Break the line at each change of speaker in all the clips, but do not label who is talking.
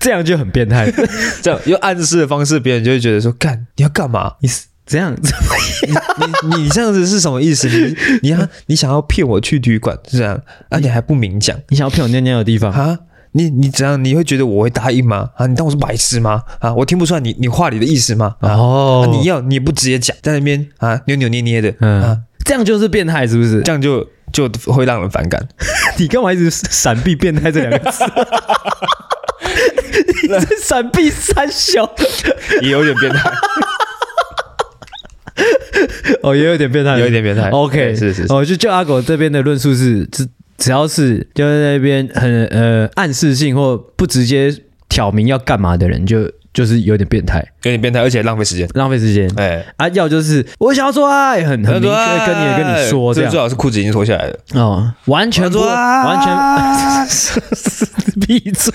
这样就很变态。
这样用暗示的方式，别人就会觉得说：“干，你要干嘛？
你是这样，
你你你这样子是什么意思？你你要你想要骗我去旅馆是这样，而、啊、且还不明讲
你想要骗我尿尿的地方，
啊？你你怎样？你会觉得我会答应吗？啊，你当我是白痴吗？啊，我听不出来你你话里的意思吗？啊，
哦
啊你要你也不直接讲，在那边啊扭扭捏捏的，
嗯、
啊，
这样就是变态，是不是？
这样就就会让人反感。
你干嘛一直闪避“变态”这两个字？ 你在闪避三小，
也有点变态，
哦，也有点变态，
有一点变态。
OK，
对是是是，
哦，就就阿狗这边的论述是，只只要是就在那边很呃暗示性或不直接挑明要干嘛的人，就就是有点变态，
有点变态，而且浪费时间。
浪费时间。
哎，
啊，要就是我想要做爱，很很明确跟你跟你说这
最
样
最好是裤子已经脱下来了。
哦，完全不
我要做爱
完全 闭嘴。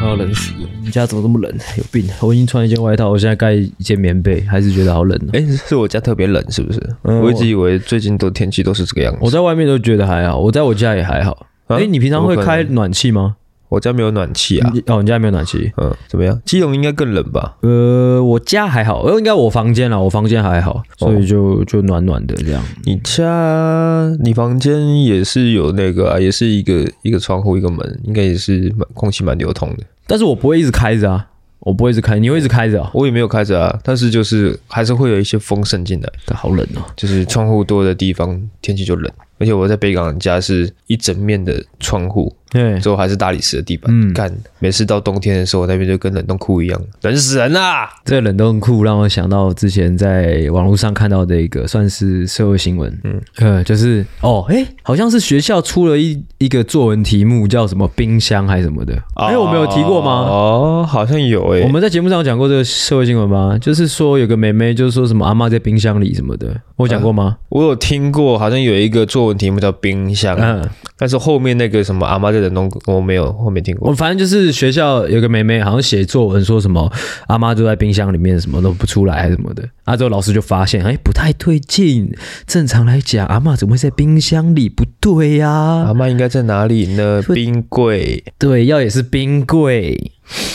快要冷死了！你家怎么这么冷？有病！我已经穿一件外套，我现在盖一件棉被，还是觉得好冷哦、
哎、是我家特别冷，是不是？
嗯
我一直以为最近都天气都是这个样子。
我
我
在外面都觉得还好，我在我家也还好。哎、
啊
你平常会
怎么可
开
能
暖气吗？
家没有暖气啊。
你哦，你家没有暖气？
嗯，怎么样？基隆应该更冷吧？
呃，我家还好，呃，应该我房间啦，我房间还好，所以就、就暖暖的这样。
你家、你房间也是有那个、啊，也是一个一个窗户一个门，应该也是蛮空气蛮流通的。
但是我不会一直开着啊，我不会一直开，你会一直开着啊？
我也没有开着啊，但是就是还是会有一些风渗进来，
但好冷哦、
就是窗户多的地方天气就冷。而且我在北港家是一整面的窗户，
对，
之后还是大理石的地板。
嗯
干，每次到冬天的时候，我那边就跟冷冻库一样，冷死人啊啦、
这个冷冻库让我想到之前在网络上看到的一个算是社会新闻，嗯，呃，就是哦，诶，好像是学校出了一一个作文题目叫什么冰箱还是什么的，哎、我们有提过吗？
哦，好像有诶、
我们在节目上有讲过这个社会新闻吗？就是说有个妹妹，就是说什么阿妈在冰箱里什么的，我有讲过吗？
我有听过，好像有一个作文题目叫冰箱，
嗯，
但是后面那个什么阿妈在冷冻库，我没有，我没听过
我。反正就是学校有个妹妹，好像写作文说什么阿妈就在冰箱里面，什么都不出来还是什么的。啊，之后老师就发现，哎，不太对劲。正常来讲，阿妈怎么会在冰箱里？不对呀、
阿妈应该在哪里呢？冰柜
啊对，要也是冰柜。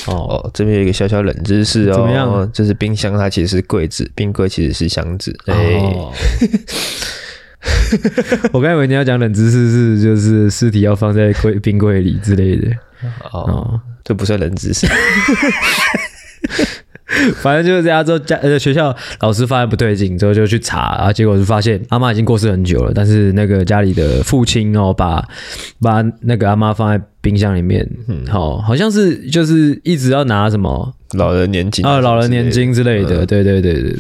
哦，
哦，这边有一个小小冷知识哦，
怎么样？
就是冰箱它其实是柜子，冰柜其实是箱子。哎、
哦 我刚以为你要讲冷知识是就是尸体要放在柜冰柜里之类的
哦，
哦，
这不算冷知识。
反正就是这样。之后家呃学校老师发现不对劲，之后就去查，然后结果就发现阿妈已经过世很久了，但是那个家里的父亲哦，把把那个阿妈放在冰箱里面，好、好像是就是一直要拿什么
老人年金
啊老人年金之类的，对对对对对，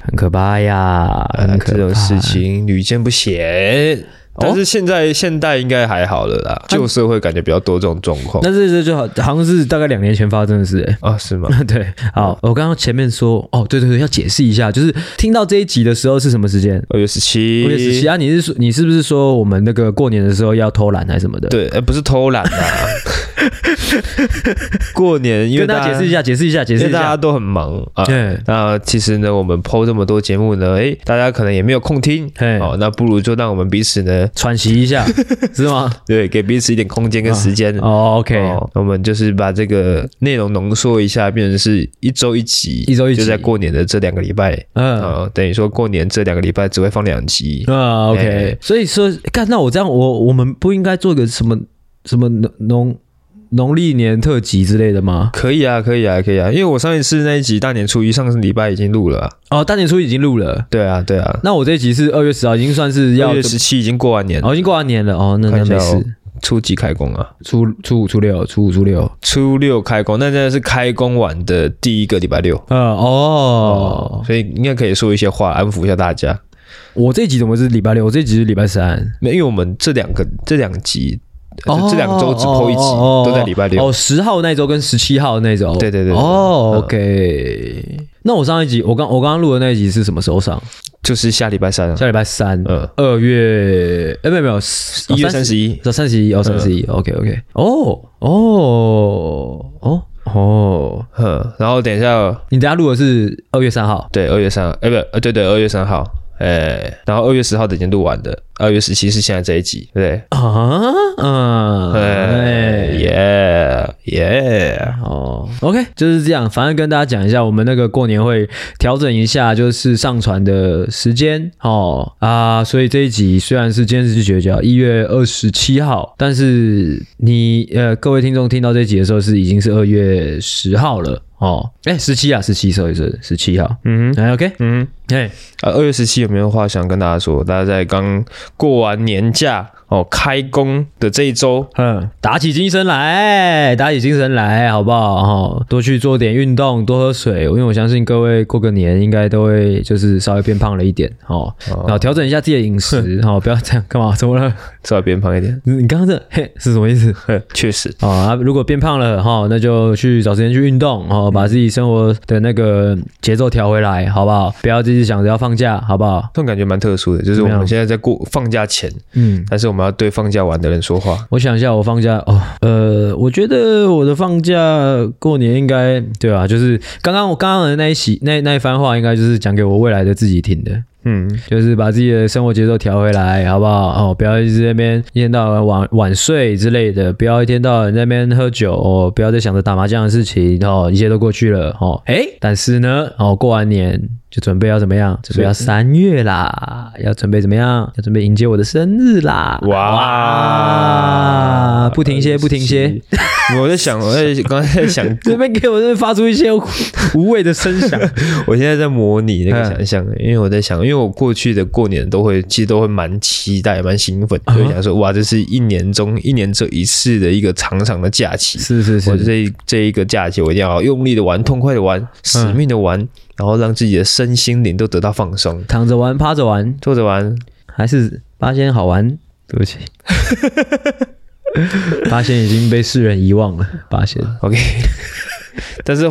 很可怕呀，
啊
很可
这
怕。哦
种事情屡见不鲜。但是现在现代应该还好了啦，旧社会感觉比较多这种状况
但是这就好好像是大概两年前发生的事、欸，
啊，是吗？
对，好，我刚刚前面说，哦，对对对，要解释一下，就是听到这一集的时候是什么时间？
二月十七，
五月十七啊，你是说你是不是说我们那个过年的时候要偷懒还是什么的？，
对，呃，不是偷懒啦。 过年因为
跟
大
大家解
家
释一，下，解释一下，解
因
释
为
一
大家
下。
都很忙啊。
对，
那其实呢，我们播这么多节目呢，诶，大家可能也没有空听
嘿，
哦，那不如就让我们彼此呢，
喘息一 下，是吗？
对，给彼此一点空间跟时间。
哦，OK，
哦，我们就是把这个内容浓缩一下，变成是一周一集，
一周一集
就在过年的这两个礼拜，
嗯。
呃，等于说过年这两个礼拜只会放两集，
啊，OK，、
哎
所以说，干，那我这样，我我们不应该做个什么什么农农农历年特辑之类的吗？
可以啊，可以啊，可以啊，因为我上一次那一集大年初一上个礼拜已经录了啊、
哦，大年初一已经录了，
对啊，对啊，
那我这一集是二月十号，已经算是要
二月十七已经过完年，
哦，已经过完年了哦，那那
看一下
没
哦
事，
初几开工啊？
初初五、初六、初五、初六。
初六开工，那真的是开工晚的第一个礼拜六
呃，哦，
所以应该可以说一些话安抚一下大家。
我这集怎么是礼拜六？我这集是礼拜三。
没有，因为我们这两个这两集，呃就这两周只播一集，
哦
都在礼拜六。
哦，十号那周跟十七号那周。
对对嗯对对
哦，OK。那我上一集，我刚我刚刚录的那一集是什么时候上？
就是下礼拜三啊，
下礼拜三，
嗯，
二月，哎，没有没有，十
一月三十一，嗯
到三十一，哦，三十一，OK OK。哦哦哦哦，
嗯，然后等一下，
你等一下录的是二月三号。
呃对，二月三，哎，不，呃，对对，二月三号，哎，然后二月十号等间录完的，二月十七是现在这一集，对
啊，嗯，
不对？呃哎，耶耶，
哦，OK，就是这样。反正跟大家讲一下，我们那个过年会调整一下，就是上传的时间哦啊。所以这一集虽然是今天是绝交一月二十七号，但是你呃各位听众听到这一集的时候是已经是二月十号了哦。哎，十七啊，十七，sorry，十七号。
嗯哼
哎，OK，
嗯哼。
哎，
啊，二月十七有没有话想跟大家说？大家在刚过完年假哦，开工的这一周，
嗯，打起精神来，打起精神来，好不好？哈、多去做点运动，多喝水，因为我相信各位过个年应该都会就是稍微变胖了一点，哦，然后调整一下自己的饮食， 哦，不要这样，干嘛？怎么了？
稍微变胖一点，
你你刚刚这嘿是什么意思？
呵确实，
哦啊，如果变胖了哈、哦，那就去找时间去运动哦，把自己生活的那个节奏调回来，好不好？不要自己想着要放假，好不好？
这种感觉蛮特殊的，就是我们现在在过放假前，
嗯，
但是我们要对放假完的人说话。
我想一下，我放假哦，呃，我觉得我的放假过年应该对啊，就是刚刚我刚刚的那一席那那一番话，应该就是讲给我未来的自己听的，
嗯，
就是把自己的生活节奏调回来，好不好？哦，不要一直在那边一天到晚晚晚睡之类的，不要一天到晚在那边喝酒，哦，不要再想着打麻将的事情，哦，一切都过去了，哦，诶，但是呢，哦，过完年。就准备要怎么样？准备要三月啦，要准备怎么样？要准备迎接我的生日啦！
哇
哇，不停歇，不停歇，
我在想，我在刚才 在想，
这边给我这边发出一些无无谓的声响。
我现在在模拟那个
嗯
想象，欸因为我在想，因为我过去的过年都会，其实都会蛮期待、蛮兴奋，
啊
就会想说，哇，这是一年中一年只有一次的一个长长的假期，
是是嗯
我
是，
这一这一个假期，我一定要用力的玩，痛快的玩，使命的玩，然后让自己的身心灵都得到放松。
躺着玩，趴着玩，
坐着玩，
还是八仙好玩？对不 起，八仙已经被世人遗忘了。八仙，
OK，但是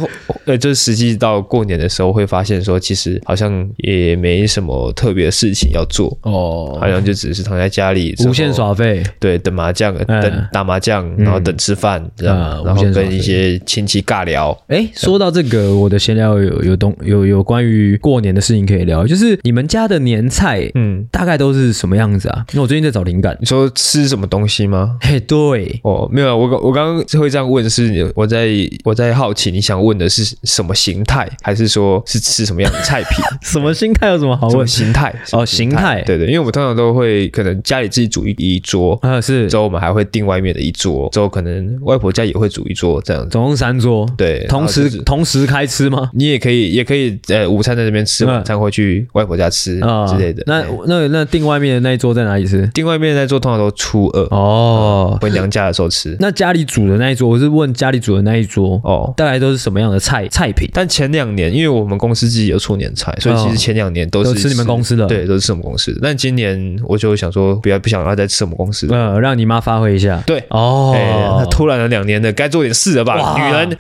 呃，就是实际到过年的时候，会发现说，其实好像也没什么特别的事情要做，
哦
好像就只是躺在家里
无限，
然后
耍费，
对，等麻将，
嗯
等打麻将，然后等吃饭，这样
啊
然
无
后
限
跟
爽
一些亲戚尬聊。
哎，说到这个，我的闲聊有有东有有关于过年的事情可以聊，就是你们家的年菜
嗯，
大概都是什么样子啊？因为我最近在找灵感。
你说吃什么东西吗？
嘿，对，
哦，没有啊，我刚我刚刚会这样问是，你我在我在好奇你想问的是什么形态，还是说是吃什么样的菜品？
什么心态有什么好
什么
问？
形态？
哦形态
对对，因为我们通常都会可能家里自己煮一一桌，
啊，是
之后我们还会订外面的一桌，之后可能外婆家也会煮一桌这样子。
总共三桌，
对，
同
然后
时
就是
同时开吃吗？
你也可以也可以呃午餐在这边吃，
嗯
晚餐会去外婆家吃
啊
之类的。
那那那订外面的那一桌在哪里吃？
订外面那桌通常都初二
哦，
回娘家的时候吃。
那家里煮的那一桌，我是问家里煮的那一桌，
哦，
大概都是什么样的菜菜品？
但前两年，因为我们公司自己有出年菜，所以其实前两年都是、
都哦吃你们公司的
对，都是吃我们公司的。但今年我就想说，不要不想要再吃我们公司的，
呃，让你妈发挥一下。
对
哦，
哎、那突然了两年的，该做点事了吧，
哇
女人。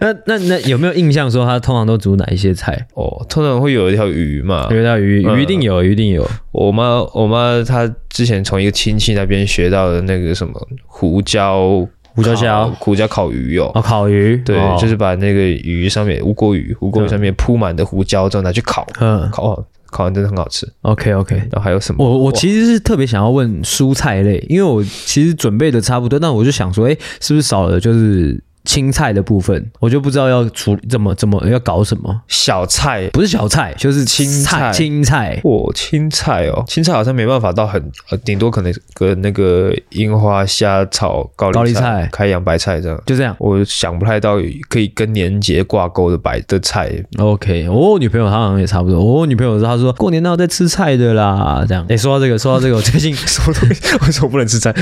那那那有没有印象说她通常都煮哪一些菜？
哦，通常会有一条鱼嘛。
有到鱼，鱼一定有，鱼一定有。
我妈，我妈她之前从一个亲戚那边学到的那个什么胡椒
胡椒
烤
虾
胡椒烤鱼哦。
哦，烤鱼，
对，
哦
就是把那个鱼上面乌锅鱼，乌锅鱼上面铺满的胡椒，之后拿去烤，
嗯
烤哦烤完真的很好吃。
，OK OK。
然后还有什么？
我我其实是特别想要问蔬菜类，因为我其实准备的差不多，但我就想说，哎、是不是少了就是青菜的部分？我就不知道要处理怎么怎么要搞什么，
小菜
不是小菜，就是青
青菜
菜青菜。
哦，青菜哦，青菜好像没办法到很，呃，顶多可能跟那个樱花虾炒高丽
高丽菜
开洋白菜这样。
就这样。
我想不太到可以跟年节挂钩的白的菜，
OK，我女朋友她好像也差不多。我女朋友她说过年哪有在吃菜的啦，这样。哎、说到这个，说到 这个，我最近
什么东西？为什么不能吃菜？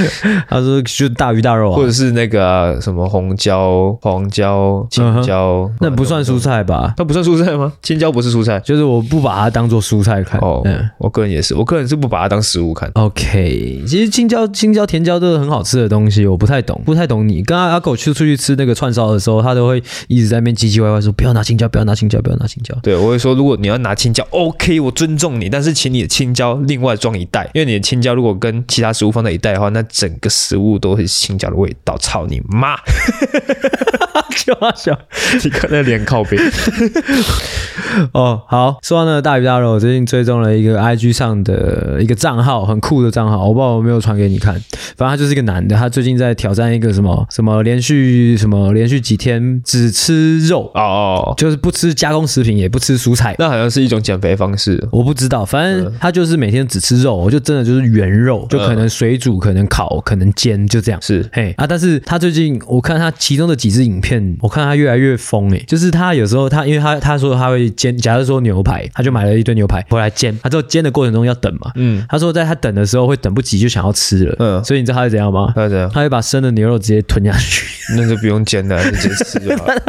她说就大鱼大肉
或
啊，
者是那个啊、什么红椒、黄椒、青椒？
那不算
蔬，
蔬菜吧？
那不算蔬菜吗？青椒不是 蔬菜
就是我不把它当做蔬菜看。
哦。
嗯
我个人也是，我个人是不把它当食物看。
OK，其实青椒、青椒、甜椒都是很好吃的东西，我不太懂，不太懂你。跟阿阿狗去出去吃那个串烧的时候，他都会一直在那边唧唧歪歪说不要拿青椒，不要拿青椒，不要拿青 椒。
对，我会说，如果你要拿青椒，OK，我尊重你，但是请你的青椒另外装一袋，因为你的青椒如果跟其他食物放在一袋的话，那整个食物都是青椒的味道。操你妈！
笑啊笑。
你看那脸靠背，
哦，好，说到那个大鱼大肉，我最近追踪了一个 IG 上的一个账号，很酷的账号，我不知道有没有传给你看。反正他就是一个男的，他最近在挑战一个什么什么连续什么连续几天只吃肉，
哦哦，哦
就是不吃加工食品，也不吃蔬菜。
那好像是一种减肥方式。
我不知道，反正他就是每天只吃肉，我就真的就是原肉，就可能水煮，可能烤，可能煎，就这样。
是
嘿啊！但是他最近我看他其中的几支影片，我看他越来越疯诶、欸就是他有时候他因为他他说他会煎，假如说牛排，他就买了一堆牛排回来煎，他之后煎的过程中要等嘛，
嗯，
他说在他等的时候会等不及就想要吃了，
嗯
所以你知道他是怎样吗？
那怎样？
他会把生的牛肉直接吞下去，
那就不用煎了，就直接吃就好了。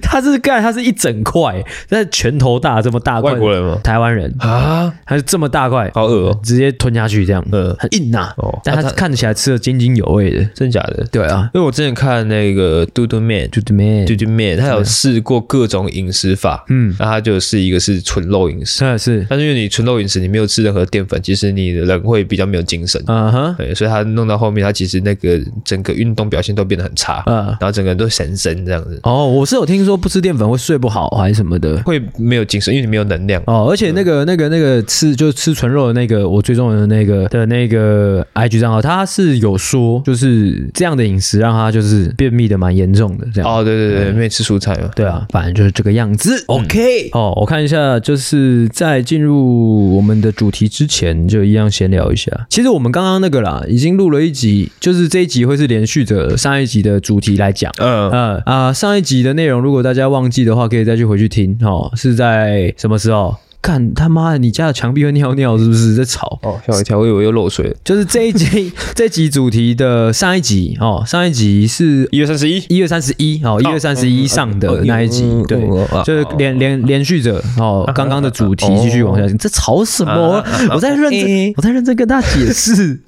他是干他是一整块，但是拳头大这么大块，
外国人吗？
台湾人，
啊，
他是这么大块，
好恶哦，
直接吞下去这样，
嗯
很硬呐、
哦
但
啊
他
他
看起来吃的津津有味的，
真假的？
对啊，
因为我之前看那个嘟嘟面，
就这么，
嘟嘟面，他有试过各种饮食法，
嗯，
那他就是一个是纯肉饮食，
真的是，
但是因为你纯肉饮食，你没有吃任何淀粉，其实你的人会比较没有精神，
嗯哼，
对，所以他弄到后面，他其实那个整个运动表现都变得很差，
嗯。
然后整个人都神神这样子，
哦，我是有听说不吃淀粉会睡不好还是什么的。
会没有精神，因为你没有能量。
哦，而且那个、那个、那个吃就吃纯肉的那个，我追踪的那个的那个 IG 账号，他是有说，就是这样的饮食让他就是便秘的蛮严重的，这样。
哦，对对对，因为吃蔬菜嘛，
对啊，反正就是这个样子。OK，、哦，我看一下，就是在进入我们的主题之前，就一样闲聊一下。其实我们刚刚那个啦，已经录了一集，就是这一集会是连续着上一集的主题来讲。
嗯，
呃啊、上一集的内容，如果大家忘记的话，可以再去回去听哦。是在什么时候？看他妈的，你家的墙壁会尿尿是不是？在吵。
哦，吓我一跳，我以为又漏水了。
就是这一集 这集主题的上一集哦，上一集是
一月三十一，
一月三十一哦，一嗯月三十一上的那一集，对，就是连连连续着嗯 哦，嗯刚刚的主题继续往下，这吵什么？我在认 真，我在认真跟大家解 释。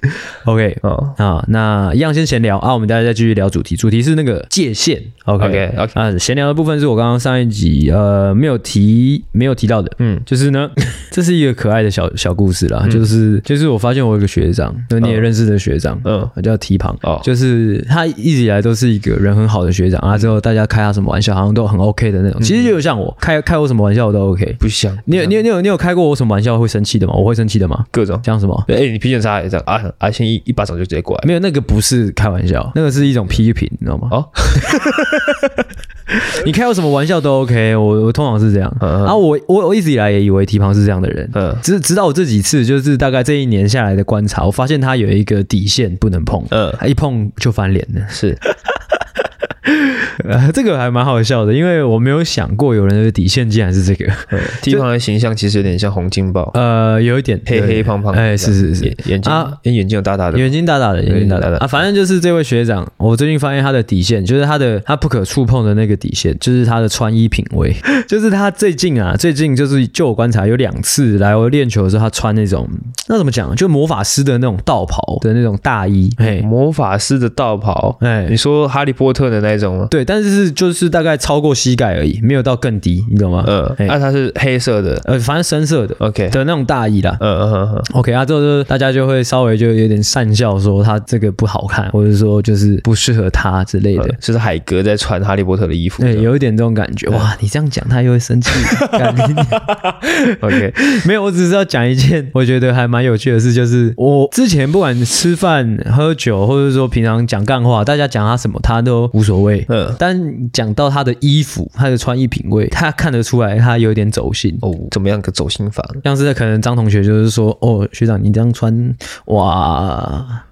OK
哦
啊，那一样先闲聊啊，我们大家再继续聊主题，主题是那个界限。OK
OK，OK
啊，闲聊的部分是我刚刚上一集呃没有提没有提到的，
嗯
嗯，就是呢， 这是一个可爱的小小故事啦，就是就是我发现我有一个学长，就你也认识的学长，
嗯，
他叫提旁，
哦
就是他一直以来都是一个人很好的学长啊。之后大家开他什么玩笑，好像都很 OK 的那种。其实就有像我开开我什么玩笑我都 OK。
嗯不像
你有你有你有你有开过我什么玩笑会生气的吗？我会生气的吗？
各种。
像什么？
哎、你皮检查也这样啊啊！先一一巴掌就直接过来，
没有，那个不是开玩笑，那个是一种批评，你知道吗？
哦，
你开我什么玩笑都 OK，我我通常是这样。
嗯嗯
啊，我我我一直以来也以为提旁是这样的人，
嗯
直直到我这几次，就是大概这一年下来的观察，我发现他有一个底线不能碰，
嗯，
他一碰就翻脸了。
是
呃，这个还蛮好笑的，因为我没有想过有人的底线竟然是这个，
嗯地方的形象其实有点像洪金宝，
呃，有一点
黑黑胖胖的
哎，是是是
眼，眼睛、
啊
眼睛有大大的，
眼睛大大的，眼睛大大
大
的
大
啊，反正就是这位学长，我最近发现他的底线，就是他的他不可触碰的那个底线，就是他的穿衣品味， 就是他最近啊，最近就是就我观察有两次来我练球的时候，他穿那种那怎么讲，啊就魔法师的那种道袍的那种大衣，嘿，
魔法师的道袍，
哎
你，说哈利波特的那一种吗？
对，但是是就是大概超过膝盖而已，没有到更低，你懂吗？
嗯，
哎
那、它是黑色的
呃，反正深色的
，OK，
的那种大衣啦。
嗯嗯嗯嗯
OK 啊，之后就是大家就会稍微就有点讪笑，说他这个不好看，或者说就是不适合他之类的
嗯，。是海格在穿哈利波特的衣服
呃对，有一点这种感觉。哇，你这样讲他又会生气。 干你
，OK，
没有，我只是要讲一件我觉得还蛮有趣的事，就是我之前不管吃饭、喝酒，或者说平常讲干话，大家讲他什么他都无所谓。
嗯，
但讲到他的衣服、他的穿衣品味，他看得出来他有点走心。
哦，怎么样个走心法呢？
像是可能张同学就是说，哦，学长你这样穿，哇，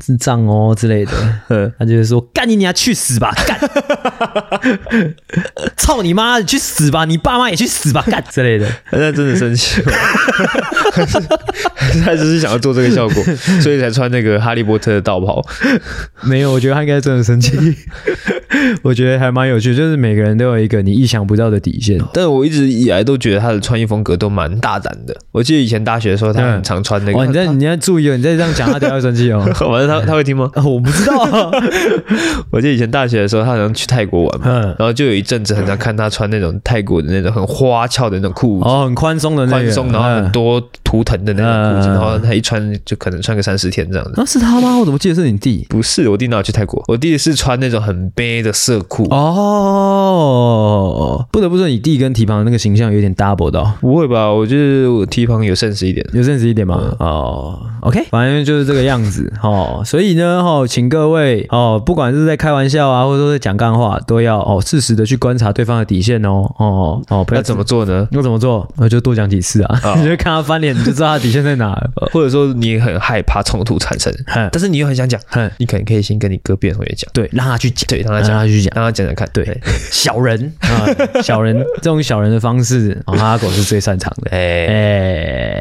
智障哦之类 的，他就是说，干你娘去死吧，干， 操你妈，你去死吧，你爸妈也去死吧，干之类的。
那真的生气了， 还是他只是想要做这个效 果，所以才穿那个哈利波特的道袍。
没有，我觉得他应该真的生气。 我觉得还蛮有趣，就是每个人都有一个你意想不到的底线。
但我一直以来都觉得他的穿衣风格都蛮大胆的。我记得以前大学的时候，他很常穿那个。
哇，哦 你在你要注意哦，你再这样讲，他等下会生气哦。
反正他他会听吗？
啊我不 知道啊、
我记得以前大学的时候，他好像去泰国玩嘛，
嗯，
然后就有一阵子很常看他穿那种泰国的那种很花俏的那种裤子，
哦，很宽松的那个，
宽松，然后很
嗯
多图腾的那种裤子，
嗯
然后他一穿就可能穿个三四天这样子。
啊，是他吗？我怎么记得是你弟？
不是，我弟哪有去泰国？我弟是穿那种很悲的色裤。
哦，
不得不说，你弟跟蹄膀那个形象有点 double 到，
不会吧？我觉得我蹄膀有 sense 一点。
有认识一点吗？哦，OK，反正就是这个样子哦。所以呢，哦，请各位哦，不管是在开玩笑啊，或者说在讲干话，都要哦适时的去观察对方的底线哦。哦哦，不
那
要
怎么做呢？
要怎么做？那就多讲几次啊，
哦
你 就看他翻脸，你就知道他底线在哪了。
或者说你很害怕冲突产生，
哼
但是你又很想讲
哼，
你可能可以先跟你隔壁的同学讲，
嗯对，让他去讲，
对，让他
让
讲，
他去 讲。
让他讲讲看。
对，小人啊，小 人这种小人的方式，哦哈哈狗是最擅长的。
哎，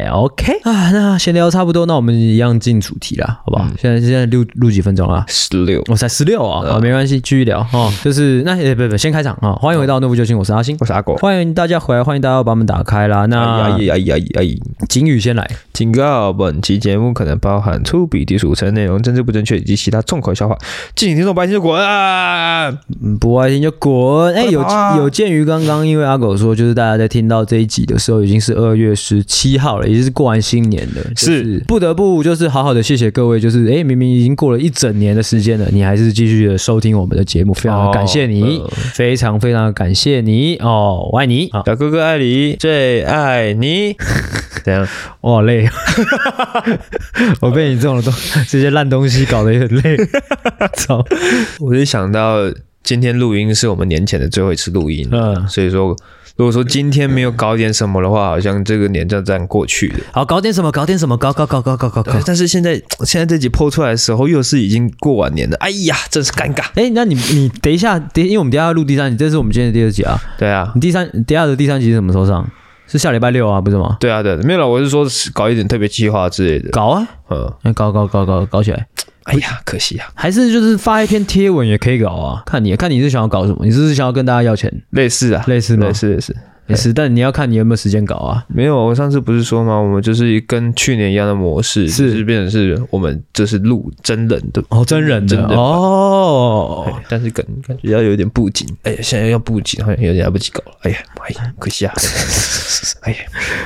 哎、o k 啊，那闲聊差不多，那我们一样进主题啦，好不好？现在现在录录几分钟啊？
十六，
嗯我才十六啊，啊，没关系，继续聊哦。就是那也不不，先开场啊、哦，欢迎回到内部救星，我是阿星
我，是阿狗。
欢迎大家回来，欢迎大家把门打开啦。
哎
那
呀呀呀呀呀！
景宇先来，
警告：本期节目可能包含粗鄙、低俗、成内容、政治不正确以及其他重口笑话，敬请听众白天就滚啊！
嗯，不爱听就滚。哎、
快
有
跑啊
有鉴于刚刚因为阿狗说，就是大家在听到这一集的时候，已经是二月十七号了，也就是过完新年了，就是不得不就是好好的谢谢各位，就是哎、明明已经过了一整年的时间了，你还是继续的收听我们的节目，非常的感谢你，
哦
非常非常地感谢你哦，我爱你啊，
小哥哥艾里最 爱你，怎样？
我好哦累， 我被你这种东这些烂东西搞得也很累， 操，
我就想到今天录音是我们年前的最后一次录音，
嗯，
所以说如果说今天没有搞点什么的话，好像这个年就这样过去了。
好，搞点什么，搞点什么，搞搞搞搞搞搞搞
对。但是现在现在这集播出来的时候，又是已经过完年了，哎呀，真是尴尬。
哎、那你你等一下，等，因为我们等一下要录第三集，这是我们今天的第二集啊。
对啊，
你第三，等一下的第三集是什么时候上？是下礼拜六啊，不是吗？
对啊，对啊，没有了。我是说搞一点特别计划之类的。
搞啊，
嗯，
哎搞搞搞搞搞起来，
哎呀，可惜啊，
还是就是发一篇贴文也可以搞啊。看你看你是想要搞什么，你是不是想要跟大家要钱，
类似啊，
类似吗
类？似类似。
也是，但你要看你有没有时间搞啊。
没有，我上次不是说吗？我们就是跟去年一样的模式，
是
就是变成是我们就是录真人的
哦，真人的
真人版
哦，
哎但是感感觉要有点布景，哎呀，现在要布景好像有点来不及搞了，哎呀，哎呀，可惜啊， 哎呀，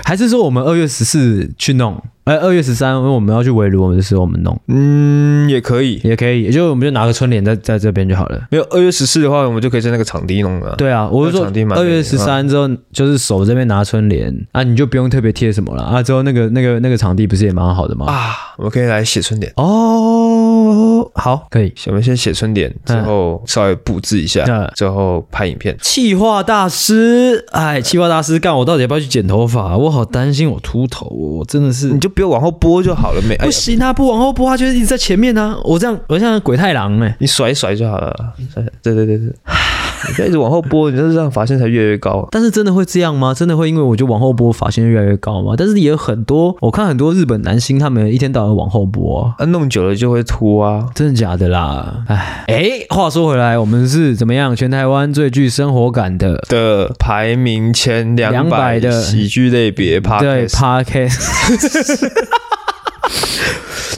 还是说我们二月十四去弄？哎，二月十三，因为我们要去围炉，我们的时候我们弄
嗯，也可以，
也可以，也就我们就拿个春联在在这边就好了。
没有二月十四的话，我们就可以在那个场地弄了，，
对啊，我是
那
说
场地蛮
二
美
月
的
十三之后，就是手这边拿春联啊，你就不用特别贴什么了啊。之后那个那个那个场地不是也蛮好的吗？
啊，我们可以来写春联，
哦，好，可以。
我们先写春联，之后稍微布置一下
嗯，
之后拍影片，
气化大师，哎，气化大师，干我到底要不要去剪头发？我好担心我秃头哦，我真的是
你就不要往后拨就好了，没，
不
哎呀，
行啊，不往后拨，他就是一直在前面啊。我这样，我像鬼太郎哎、
你甩一甩就好了，甩一甩对对对 对，你不要一直往后拨，你就是让发线才越来越高。
但是真的会这样吗？真的会因为我就往后拨，发现越来越高吗？但是也有很多，我看很多日本男星他们一天到晚往后拨啊、
啊，弄久了就会秃啊！
真的假的啦？哎哎，话说回来，我们是怎么样？全台湾最具生活感的
的排名前两
200
百嗯
的
喜剧类别 p
对
o
podcast。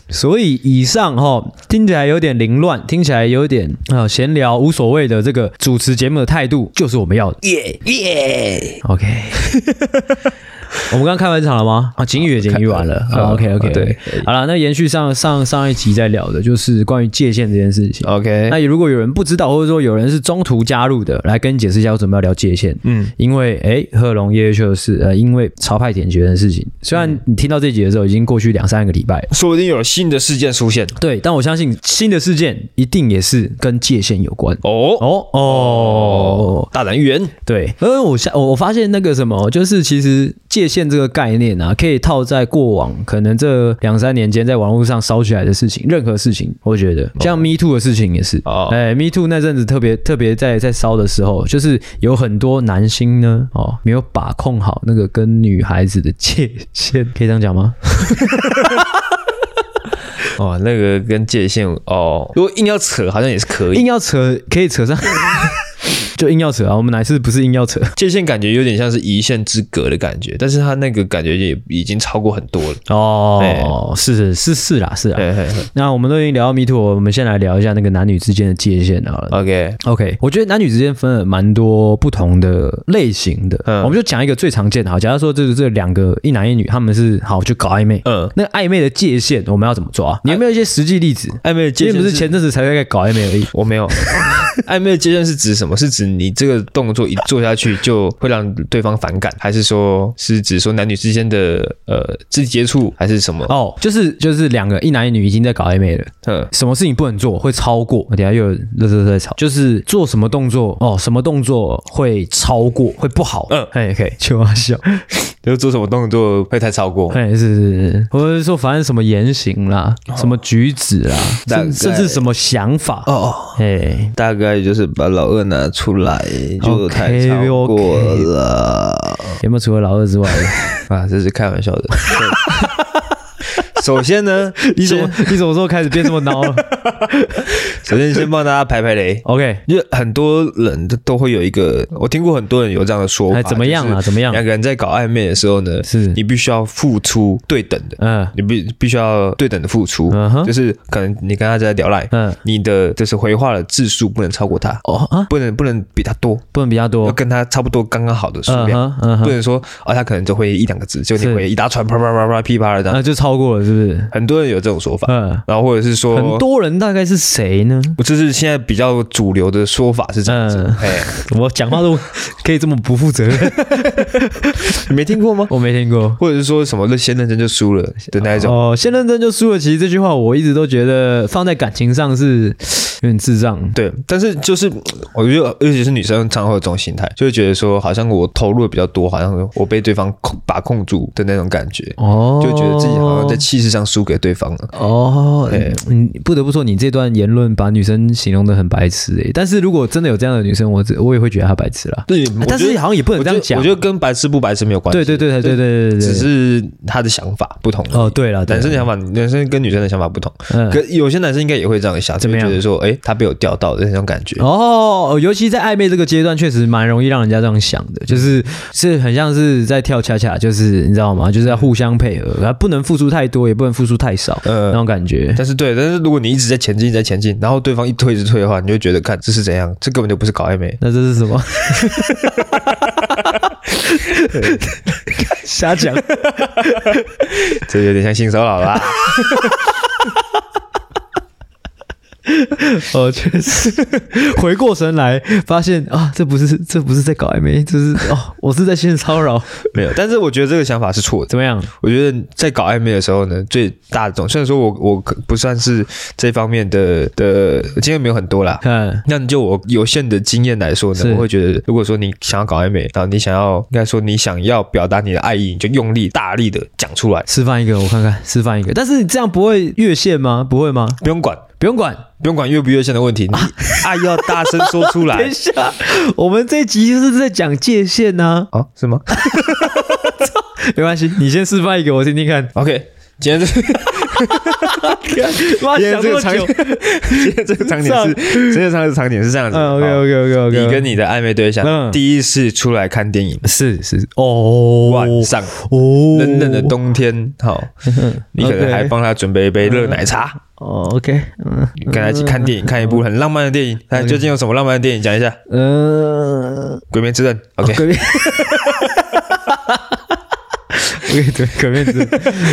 所以以上哈、听起来有点凌乱，听起来有点啊闲聊无所谓的这个主持节目的态度，就是我们要的。
耶耶！
OK，我们刚刚开完场了吗？啊，景宇也已经预完了。啊
呃
OK OK，
对，
好了，那延续上上上一集在聊的就是关于界限这件事情。
OK，
那如果有人不知道，或者说有人是中途加入的，来跟你解释一下为什么要聊界限。
嗯，
因为诶，贺龙夜夜秀是呃，因为潮派舔学的事情，虽然你听到这集的时候已经过去两三个礼拜了，
说不定有新的事件出现
对，但我相信新的事件一定也是跟界限有关。
哦
哦哦，
大胆预言，
对，因呃为我下我我发现那个什么，就是其实界限这个概念啊，可以套在过往可能这两三年间在网络上烧起来的事情，任何事情，我觉得像 Me Too 的事情也是。
哦
哎，Me Too 那阵子特别特别在在烧的时候，就是有很多男星呢，哦，没有把控好那个跟女孩子的界限，可以这样讲吗？
哦，那个跟界限哦，如果硬要扯，好像也是可以
硬要扯，可以扯上。 就硬要扯啊！我们哪一次不是硬要扯？
界限感觉有点像是一线之隔的感觉，但是他那个感觉也已经超过很多了。
哦，是是是是啦是啦。
嘿嘿嘿
那我们都已经聊到 Me Too，我们先来聊一下那个男女之间的界限好了。
OK，
OK，我觉得男女之间分了蛮多不同的类型的，
嗯
我们就讲一个最常见的。好，假如说这这两个一男一女，他们是好就搞暧昧，
嗯，
那个暧昧的界限我们要怎么抓？你有没有一些实际例子？
暧昧的哎
今
界
天
限
不啊是前阵子才在搞暧昧而已，
我没有。 暧昧的界限是指什么？是指你这个动作一做下去就会让对方反感，还是说是指说男女之间的呃肢体接触，还是什么？
哦，就是就是两个一男一女已经在搞暧昧了，
嗯，
什么事情不能做会超过？我等一下又有热热在吵，就是做什么动作哦，什么动作会超过会不好？
嗯
嘿，可以， 就要笑，
就是做什么动作会太超过？
嘿，是是是，或者是说反正什么言行啦，什么举止啦，
大概
甚甚至什么想法，哎
哦，
嘿，
大概就是把老二拿出来，就太超过了。
有没有除了老二 之外的？
啊，这是开玩笑 的。首先呢，
你怎么 你什么时候开始变这么孬了
首先先帮大家排排雷。
？OK，
因为很多人都会有一个，我听过很多人有这样的说法，
哎，怎么样
就
啊？
是
怎么样？
两个人在搞暧昧的时候呢，
是
你必须要付出对等的，
嗯
你必必须要对等的付出，
嗯哼
就是可能你跟他在聊赖，
嗯，
你的就是回话的字数不能超过他，
哦啊，
不能不能比他多，
不能比较多
要，跟他差不多刚刚好的数
嗯
量。
哼嗯
不
哼，
能说啊，他可能就会一两个字，就你
是
会一大串啪啪啪啪噼啪的这样。
呃那就超过了，是不是？
很多人有这种说法，
嗯。
然后或者是说
很多人大概是谁 呢？
就是现在比较主流的说法是这样子
嗯，
哎，
我讲话都可以这么不负责 任，
你没听过吗？
我没听过。
或者是说什么先认真就输了的那一 种，
哦，先认真就输了。其实这句话我一直都觉得放在感情上是有点智障。
对，但是就是嗯我觉得，尤其是女生常常会有这种心态，就会觉得说，好像我投入的比较多，好像我被对方控把控住的那种感觉，
哦，
就觉得自己好像在气势上输给对方了。
哦
对，
嗯，不得不说，你这段言论把女生形容的很白痴诶、但是如果真的有这样的女生，我只我也会觉得她白痴啦。
对，
啊但是好像也不能这样讲。
我觉得跟白痴不白痴没有关系，
对对对对对对对对，
只是他的想法不同而已。
哦，对了，对
男
啦
生的想法，男生跟女生的想法不同。
嗯
可有些男生应该也会这样想，就
怎么
会
样
觉得说，哎、他被我钓到的那种感觉。
哦，尤其在暧昧这个阶段，确实蛮容易让人家这样想的，就是是很像是在跳恰恰，就是你知道吗？就是要互相配合，然后不能付出太多，也不能付出太少，
呃
那种感觉。
但是对，但是如果你一直在前进，一直在前进，然后对方一推一直推的话，你就会觉得看这是怎样，这根本就不是搞暧昧，
那这是什么？ 瞎讲，
这有点像性骚扰啦。
哦，确实，回过神来发现啊，这不是这不是在搞暧昧，这是哦，我是在性骚扰，
没有，但是我觉得这个想法是错的。
怎么样？
我觉得在搞暧昧的时候呢，最大众虽然说我我可不算是这方面的的经验没有很多啦，
看，
那就我有限的经验来说呢
是，
我会觉得，如果说你想要搞暧昧，然后你想要应该说你想要表达你的爱意，你就用力大力的讲出来，
示范一个，我看看，示范一个。但是这样不会越线吗？不会吗？
不用管
不用管，
不用管越不越线的问题，你爱要大声说出
等
来
一。下，我们这一集就是在讲界限呐、
哦，是吗
没关系，你先示范一个我听听看。
？OK，今天这
哇，
今天
啊想这
这个
么
场
久，
景，今天这个场景是，今天这个场景是这样子。
嗯，OK
好
OK OK OK，
你跟你的暧昧对象
嗯
第一次出来看电影，
是是哦，
晚上
哦，
冷冷的冬天， 好，你可能
OK
还帮他准备一杯热奶茶，
哦，OK，嗯
跟他一起看电影，看一部很浪漫的电影。那究竟有什么浪漫的电影？讲一下，《
呃
鬼灭之刃》。OK，
隔壁。OK，对，可面子，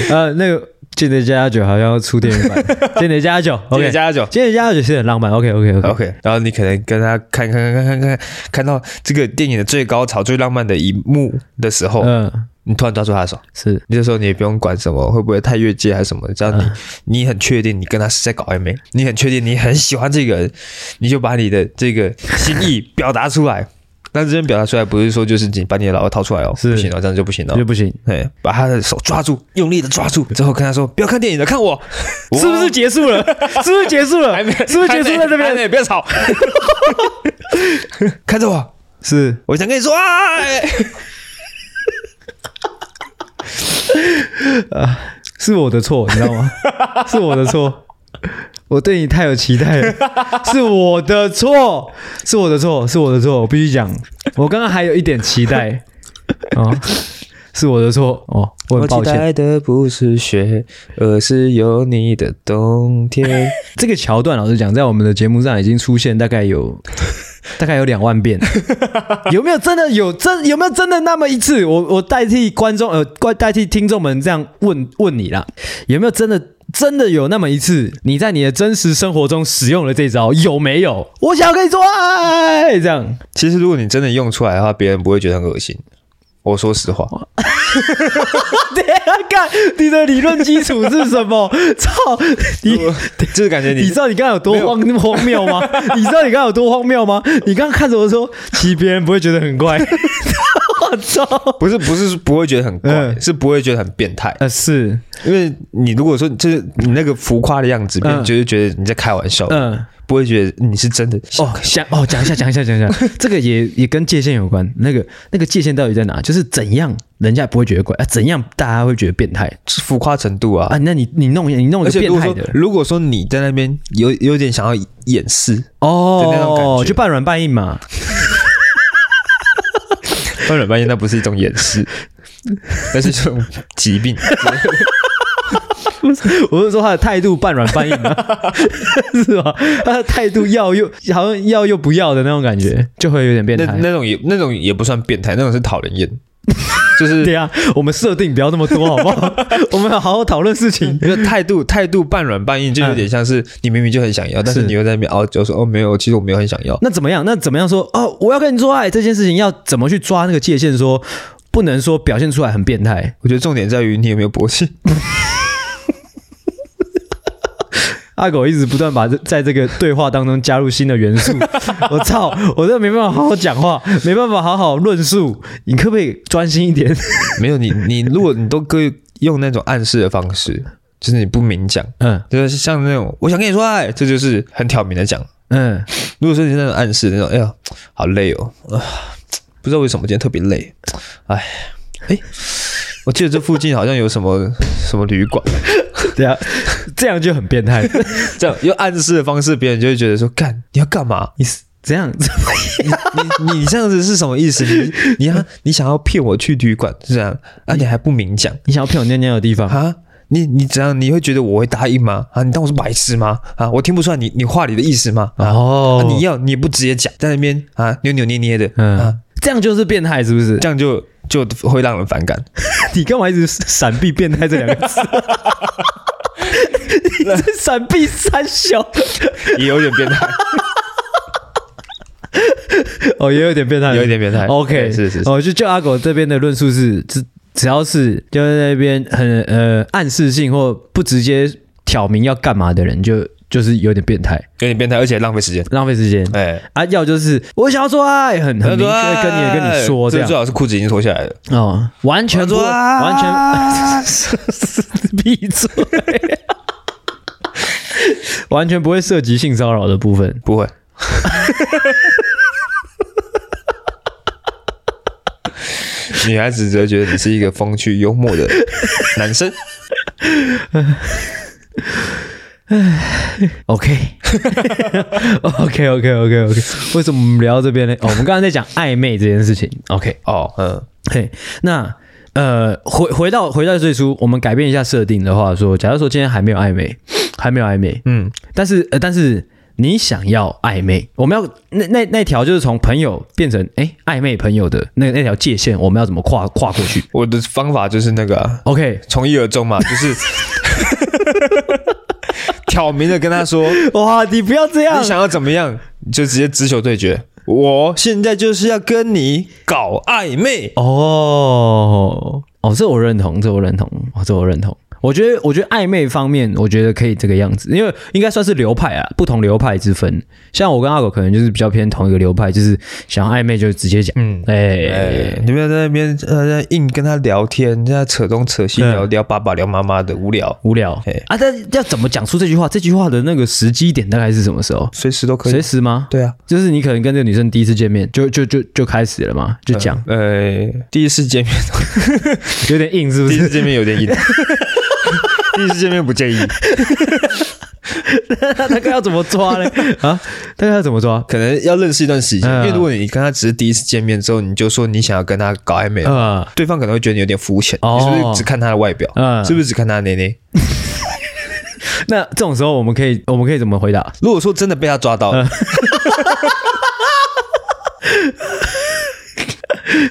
呃，那个《间谍加加酒》好像要出电影版，《间谍加加酒》
今
OK，
天
《
加酒。
间谍加加酒》是很浪漫，OK，OK，OK，、
OK，然后你可能跟他看看看看看看看到这个电影的最高潮、最浪漫的一幕的时候，
嗯、
你突然抓住他的手，
是
你这时候你也不用管什么会不会太越界还是什么，只要你、
嗯
你很确定你跟他是在搞暧昧，你很确定你很喜欢这个人，你就把你的这个心意表达出来。 但这边表达出来不是说就是你把你的老二掏出来哦，
是
不行哦，这样就不行哦
就。不行，
对，把他的手抓住，用力的抓住，之后跟他说：“不要看电影了，看 我。”
是不是结束了？是不是结束了？
哦还没？
是不是结束在这
还
边？
没？不要吵， 看着我，
是
我想跟你说哎爱。
是我的错，你知道吗？是我的错，我对你太有期待了，是我的错，是我的错，是我的错，我必须讲，我刚刚还有一点期待，哦，是我的错，哦，我
我
很
期
抱歉。
待的不是雪，而是有你的冬天。
这个桥段，老实讲，在我们的节目上已经出现大概有大概有两万遍，有没有真的有真有没有真的那么一次？我我代替观众呃，代代替听众们这样问问你啦，有没有真的真的有那么一次，你在你的真实生活中使用了这招，有没有？我想要跟你做爱，这样
其实如果你真的用出来的话，别人不会觉得很恶心。我说实话，
等一下看你的理论基础是什么？操你！
就是感觉
你
你
知道你刚刚有多荒荒谬 吗？你知道你刚刚有多荒谬吗？你刚刚看着我说，其实别人不会觉得很 怪。我操！
不是不是不会觉得很怪，
嗯
是不会觉得很变态。
呃，是，
因为你如果说就是你那个浮夸的样子，别人
嗯
就会觉得你在开玩笑，
嗯，
不会觉得你是真的。
哦，想哦，讲一下，讲一下，讲一 下，这个也也跟界限有关。那个那个界限到底在哪？就是怎样人家不会觉得怪，啊、怎样大家会觉得变态
是浮夸程度啊
啊？。那你你弄一你弄一
而
个
且
变
如果
态
说
的
如果说你在那边有有点想要掩饰，就那种感
哦
觉，
就半软半硬 嘛。
半软半硬，那不是一种掩 饰，那是一种疾病。
我是说他的态度半软半硬 嘛，是吧？他的态度要又好像要又不要的那种感觉，就会有点变
那
态。
那种也那种也不算变态，那种是讨人厌，就是
对啊，我们设定不要那么多，好不好？ 我们好好讨论事情。
因为态度态度半软半硬，就有点像是你明明就很想要，但是嗯
是
你又在那边傲娇说哦没有，其实我没有很想要。
那怎么样？那怎么样说？哦，我要跟你做爱这件事情，要怎么去抓那个界限说不能说表现出来很变态
我觉得重点在于你有没有勃起。
阿狗一直不断把这在这个对话当中加入新的 元素，我操，我真的没办法好好讲话，没办法好好论述。你可不可以专心一点？
没有你你如果你都可以用那种暗示的方式，就是你不明讲，
嗯
就是像那种我想跟你说爱，这就是很挑明的讲。
嗯，
如果说你是那种暗示那种，哎呀好累哦，啊，不知道为什么今天特别累，哎哎。我记得这附近好像有什么什么旅馆，
对啊，这样就很变 态。
这样用暗示的方式，别人就会觉得说：“干，你要干嘛？
你是怎样？
你你你这样子是什么意思？你你要你想要骗我去旅馆是这样啊？你还不明讲
你想要骗我尿尿的地方？
啊？你你怎样？你会觉得我会答应吗？啊？你当我是白痴吗？啊？我听不出来你你话里的意思吗？啊？
哦
啊你要你也不直接讲，在那边啊扭扭捏捏的、啊
嗯，，这样就是变态，是不是？
这样就就会让人反感。
你干嘛一直闪避“变态”这两 个字？你这闪避三小，
也有点 变态，
哦，也有点变态，
有一点变态
OK，
对是是是
哦，就就阿狗这边的论述是，只只要是就在那边很呃暗示性或不直接挑明要干嘛的人，就就是有点变态，
有点变态，而且浪费时间。
浪费时间。
哎，
啊，要就是我想要做爱，很很明确地跟你跟你说这
最
样
最好是裤子已经脱下来了。
哦，完全不
我要做啊爱
完全 闭嘴，完全不会涉及性骚扰的部分。
不会。女孩子只会觉得你是一个风趣幽默的男生，
OK OK OK OK OK，为什么我们聊到这边呢？哦，我们刚刚在讲暧昧这件事情。OK，
哦，嗯，
嘿，那呃，回回到回到最初，我们改变一下设定的话说假如说今天还没有暧昧，还没有暧昧，
嗯，
但是呃，但是你想要暧昧，我们要那那那条就是从朋友变成哎暧昧朋友的那那条界限，我们要怎么跨跨过去
我的方法就是那个啊
？OK，
从一而终嘛，就是 挑明的跟他说你
哇，你不要这样，
想要怎么样，你就直接直球对决。我现在就是要跟你搞暧昧，
哦哦，这我认同，这我认同，哦，这我认同。我觉得，我觉得暧昧方面，我觉得可以这个样子，因为应该算是流派啊，不同流派之分。像我跟阿狗可能就是比较偏同一个流派，就是想要暧昧就直接讲，
嗯
哎、
哎，你不要在那边呃硬跟他聊天，在扯东扯西，
嗯
聊聊爸爸聊妈妈的，无聊，
无聊
哎
啊。但要怎么讲出这句话？这句话的那个时机点大概是什么时候？
随时都可
随
以。
时吗？
对啊，
就是你可能跟这个女生第一次见面，就就就就开始了嘛，就讲，
呃，第一次见面，
有 点硬是不
第一
是？
次见面有点硬，第一次见面不介意。
大概要怎么抓嘞？ 啊，大概要怎么抓？
可能要认识一段时间，
嗯
因为如果你跟他只是第一次见面之后，你就说你想要跟他搞暧昧，
嗯
对方可能会觉得你有点肤浅，
哦
你是不是只看他的外表？
嗯
是不是只看他的内内？
那这种时候我们可以我们可以怎么回答？
如果说真的被他抓到
嗯
了，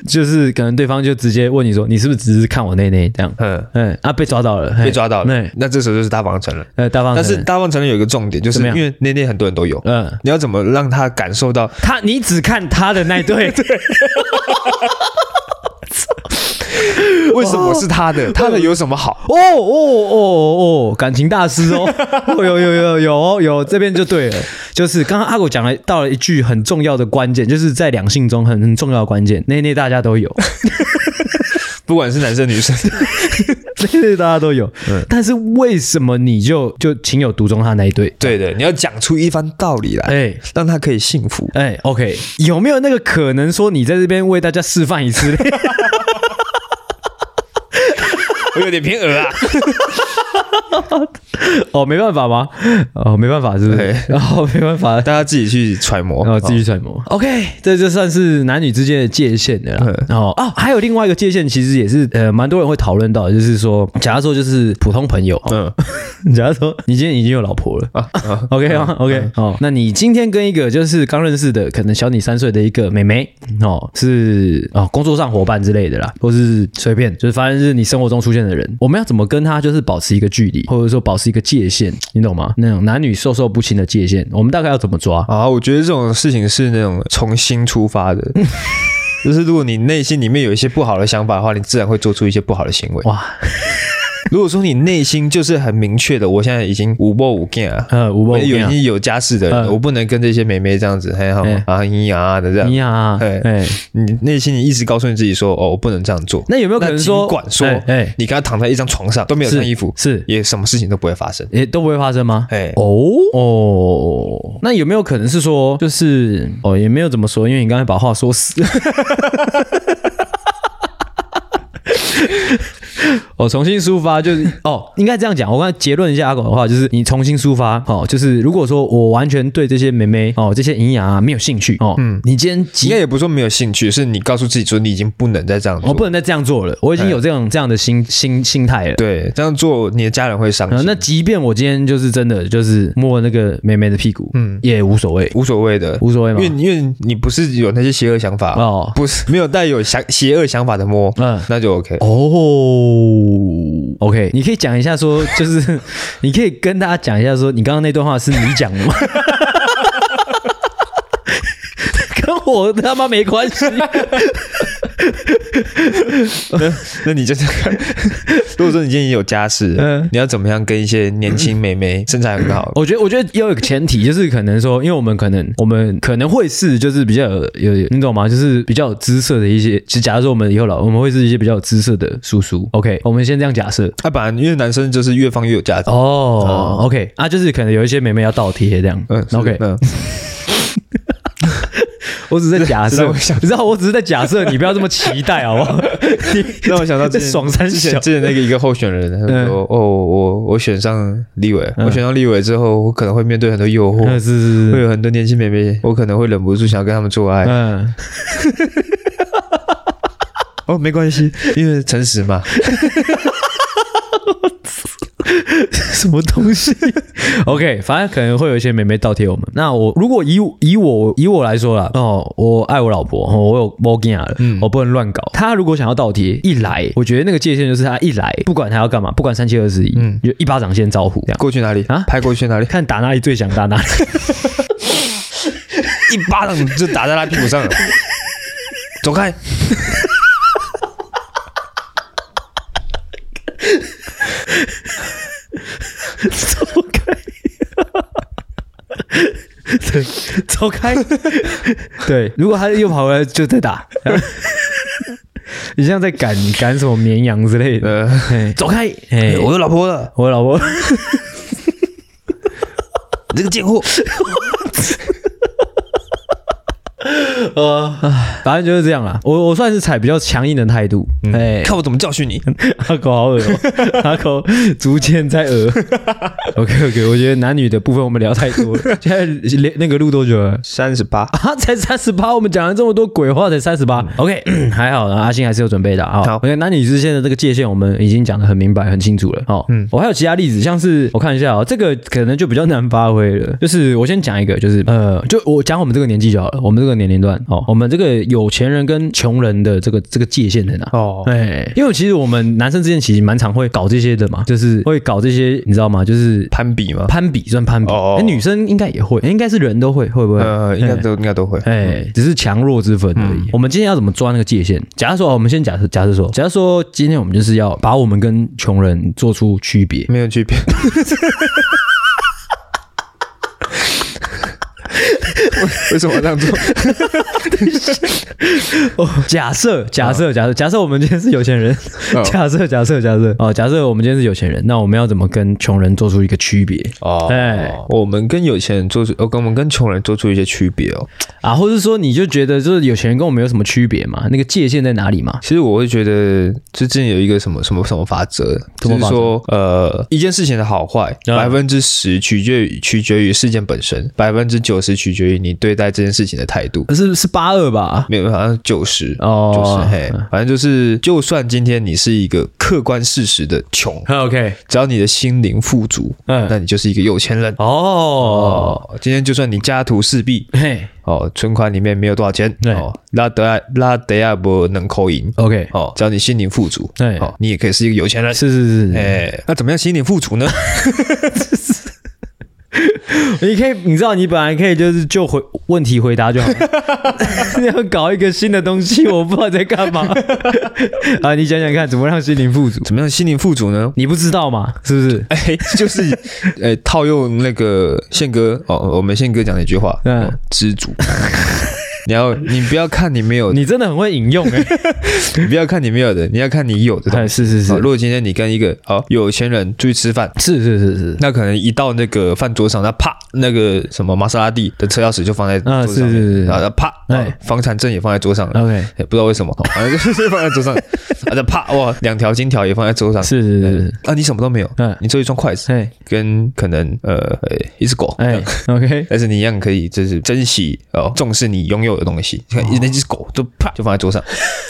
就是可能对方就直接问你说你是不是只是看我内内这样？
嗯，
嗯啊，被抓到了，
被抓到了
对，，
那这时候就是大方承认。
呃，大方
但
承
是
认，
大方承认有一个重点，就是
怎么
因
样
为内内很多人都有，
嗯，
你要怎么让他感受到？
他你只看他的那一 对，
为什么是他的？他的有什么好？
哦哦哦哦，感情大师 哦，哦有有有有哦有，这边就对了，就是刚刚阿狗讲了到了一句很重要的关键，就是在两性中很很重要的关键，内内大家都 有，
不管是男生女生，
内内大家都有，
嗯
但是为什么你就就情有独钟他那一对？
对的，你要讲出一番道理来，
哎
让他可以幸福。
哎，OK，有没有那个可能说你在这边为大家示范一次？
我有点偏鹅啊，
哦，没办法吗？哦，没办法，是不是
对？
然后、没办法，
大家自己去揣摩，哦
然哦后自己揣摩。OK，这就算是男女之间的界限的啦。然后哦，还有另外一个界限，其实也是呃，蛮多人会讨论到的，就是说，假如说就是普通朋友，
嗯
假如说你今天已经有老婆了。
啊啊
OK 吗？OK 哦，那你今天跟一个就是刚认识的，可能小你三岁的一个妹妹哦，是哦工作上伙伴之类的啦，或是随便，就是反正是你生活中出现的人，我们要怎么跟她就是保持一个距离，或者说保持一个界限，你懂吗？那种男女授受不亲的界限，我们大概要怎么抓？
啊！我觉得这种事情是那种从心出发的， 就是如果你内心里面有一些不好的想法的话，你自然会做出一些不好的行为。
哇，
如果说你内心就是很明确的，我现在已经五波五 g 啊，
呃，无
我
波无
有已
边
经有家室的人
嗯
了，我不能跟这些妹妹这样子，还好
哎
啊咿呀啊的这
啊，
样
一。样啊，
哎
哎，
你内心你一直告诉你自己说，哦，我不能这样做。
那有没有可能说，
尽管说
哎，哎，
你跟他躺在一张床上都没有
是
穿衣服，
是，
也什么事情都不会发生。
也都不会发生吗？
哎，
哦哦，那有没有可能是说，就是哦，也没有怎么说，因为你刚才把话说 死。我、哦重新抒发，就是哦，应该这样讲。我刚才结论一下阿狗的话，就是你重新抒发哦，就是如果说我完全对这些妹妹哦，这些营养啊没有兴趣哦，嗯，你今天
应
急
该也不是说没有兴趣，是你告诉自己说你已经不能再这样做。
我哦不能再这样做了，我已经有这种这样的心心心态了。
对，这样做你的家人会伤
呃
心。
那即便我今天就是真的就是摸那个妹妹的屁股，嗯，也无所谓，
无所谓的，
无所谓
因
嘛
为。因为你不是有那些邪恶想法，
哦
不是没有带有想邪恶想法的摸，
嗯
那就 OK。
哦，OK，你可以讲一下 说，就是你可以跟大家讲一下说，你刚刚那段话是你讲 的吗？跟我他妈没关 系。
那 你就是，如果说你今天有家室，
嗯哦
你要怎么样跟一些年轻美眉身材很好？
我觉得，我觉得要有一个前提，就是可能说，因为我们可能我们可能会是就是比较有有你懂吗？就是比较有姿色的一些，就假如说我们以后老，我们会是一些比较有姿色的叔叔。OK，我们先这样假设。
啊，本来因为男生就是越放越有价值。
哦、o 呃 k 啊，就是可能有一些妹妹要倒贴这样，
嗯是
o k
嗯，
我只是在假
是是
设，
我想
你知道，我只是在假设，你不要这么期待，好不 好？你
让我想到之
这
前
爽三
之前
小，
之前那个一个候选人，他
嗯
说：“哦，我我选上立委，我选上立委之后，我可能会面对很多诱惑，
嗯，是是
会
是，
有很多年轻妹妹，我可能会忍不住想要跟她们做爱。
嗯，
哦，没关系，因为诚实嘛。
什么东西 ？OK，反正可能会有一些妹妹倒贴我们。那我如果以以我以我来说啦，哦，我爱我老婆，哦、我有 m o r g a 了，我不能乱搞。她如果想要倒贴，一来，我觉得那个界限就是她一来，不管她要干嘛，不管三七二十一，嗯，就一巴掌先招呼这样。
过去哪里
啊
拍过去哪里？
看打哪里最想打哪里，
一巴掌就打在他屁股上了。走开！
走开，对，走开， 对。如果他又跑回来，就再打。 你像在赶赶什么绵羊之类的，
呃，
嘿走开！哎，
我有老婆了，
我 老婆，
你这个贱货！
呃，反正就是这样啦。我我算是采比较强硬的态度，哎、
看我怎么教训你。
阿狗好恶、 哦，阿狗逐渐在恶。OK OK，我觉得男女的部分我们聊太多 了，现在连那个录多久了？
三十八，
啊， 才三十八，我们讲了这么多鬼话，才三十八。OK，还嗯 好，阿星还是有准备的啊。
好
我觉得男女之间的这个界限，我们已经讲的很明白、很清楚了。哦，嗯，我还有其他例子，像是我看一下哦，这个可能就比较难发挥了。 就是我先讲一个，就是呃，就我讲我们这个年纪就好了，我们这个年龄段哦，我们这个有钱人跟穷人的这个这个界限在哪？
哦，
哎，因为其实我们男生之间其实蛮常会搞这些的嘛，就是会搞这些，你知道吗？就是
攀比吗？
攀比算攀比，
哦
哎女生应该也会，应该是人都会，会不会？
呃，应该都应该都会。
哎，只是强弱之分而已。我们今天要怎么抓那个界限？假如说，哦我们先假设，假设说，假如说今天我们就是要把我们跟穷人做出区别。
没有区别。 为什么要这样做？
假设，假设，假设，假设我们今天是有钱人。
哦
假设，假设，假设，哦，假设我们今天是有钱人，那我们要怎么跟穷人做出一个区别？
哦
哎
我们跟有钱人做出，哦，跟我们跟穷人做出一些区别哦。
啊，或者说你就觉得就是有钱人跟我们有什么区别嘛？那个界限在哪里嘛？
其实我会觉得，最近有一个什么什么什么法则，
什
就
么
是
法则
说，呃，一件事情的好坏，
啊
百分之十取决于取决于事件本身，百分之九十取决于你对待这件事情的态度。
是是八二吧？
没有，好像九十，九十，
哦，
嘿，反正就是，就算今天你是一个客观事实的穷，
，OK，
只要你的心灵富足，
嗯，
那你就是一个有钱人。
哦，
哦，今天就算你家徒四壁，
嘿
哦，存款里面没有多少钱，
对
哦，拉德亚拉德亚不能扣赢，
，OK，
哦，只要你心灵富足，
对
哦，你也可以是一个有钱人。
是是嗯是，
哎，那怎么样心灵 富足呢？
你可以，你知道，你本来可以就是就回问题回答就好 了，你要搞一个新的东西，我不知道在干 嘛啊！你想想看，怎么让心灵富足？
怎么样心灵富足呢？
你不知道嘛？是不是？
哎，就是，哎，套用那个宪哥哦，我们宪哥讲的一句话，
嗯
嗯，知足。 你要，你不要看你没有，你
你真的很会引用 哎、
不要看你没有的，你要看你有的东
哎
西。
是是是
哦如果今天你跟一个哦有钱人出去吃饭，
是是是是，
那可能一到那个饭桌上，他啪，那个什么玛莎拉蒂的车钥匙就放在
啊
桌子上面，
是是是
然后他啪，哦
哎
房产证也放在桌上了，
OK
也不知道为什么，哦 反正就是放在桌上，然后啪，哇，两条金条也放在桌上，
是是是是，
啊，你什么都没有，
嗯
你只有一双筷子
哎
跟可能呃呃一只狗，
哎，OK，
但是你一样可以就是珍惜哦，重视你拥有的东西，
哦
你看那只狗就啪就放在桌上，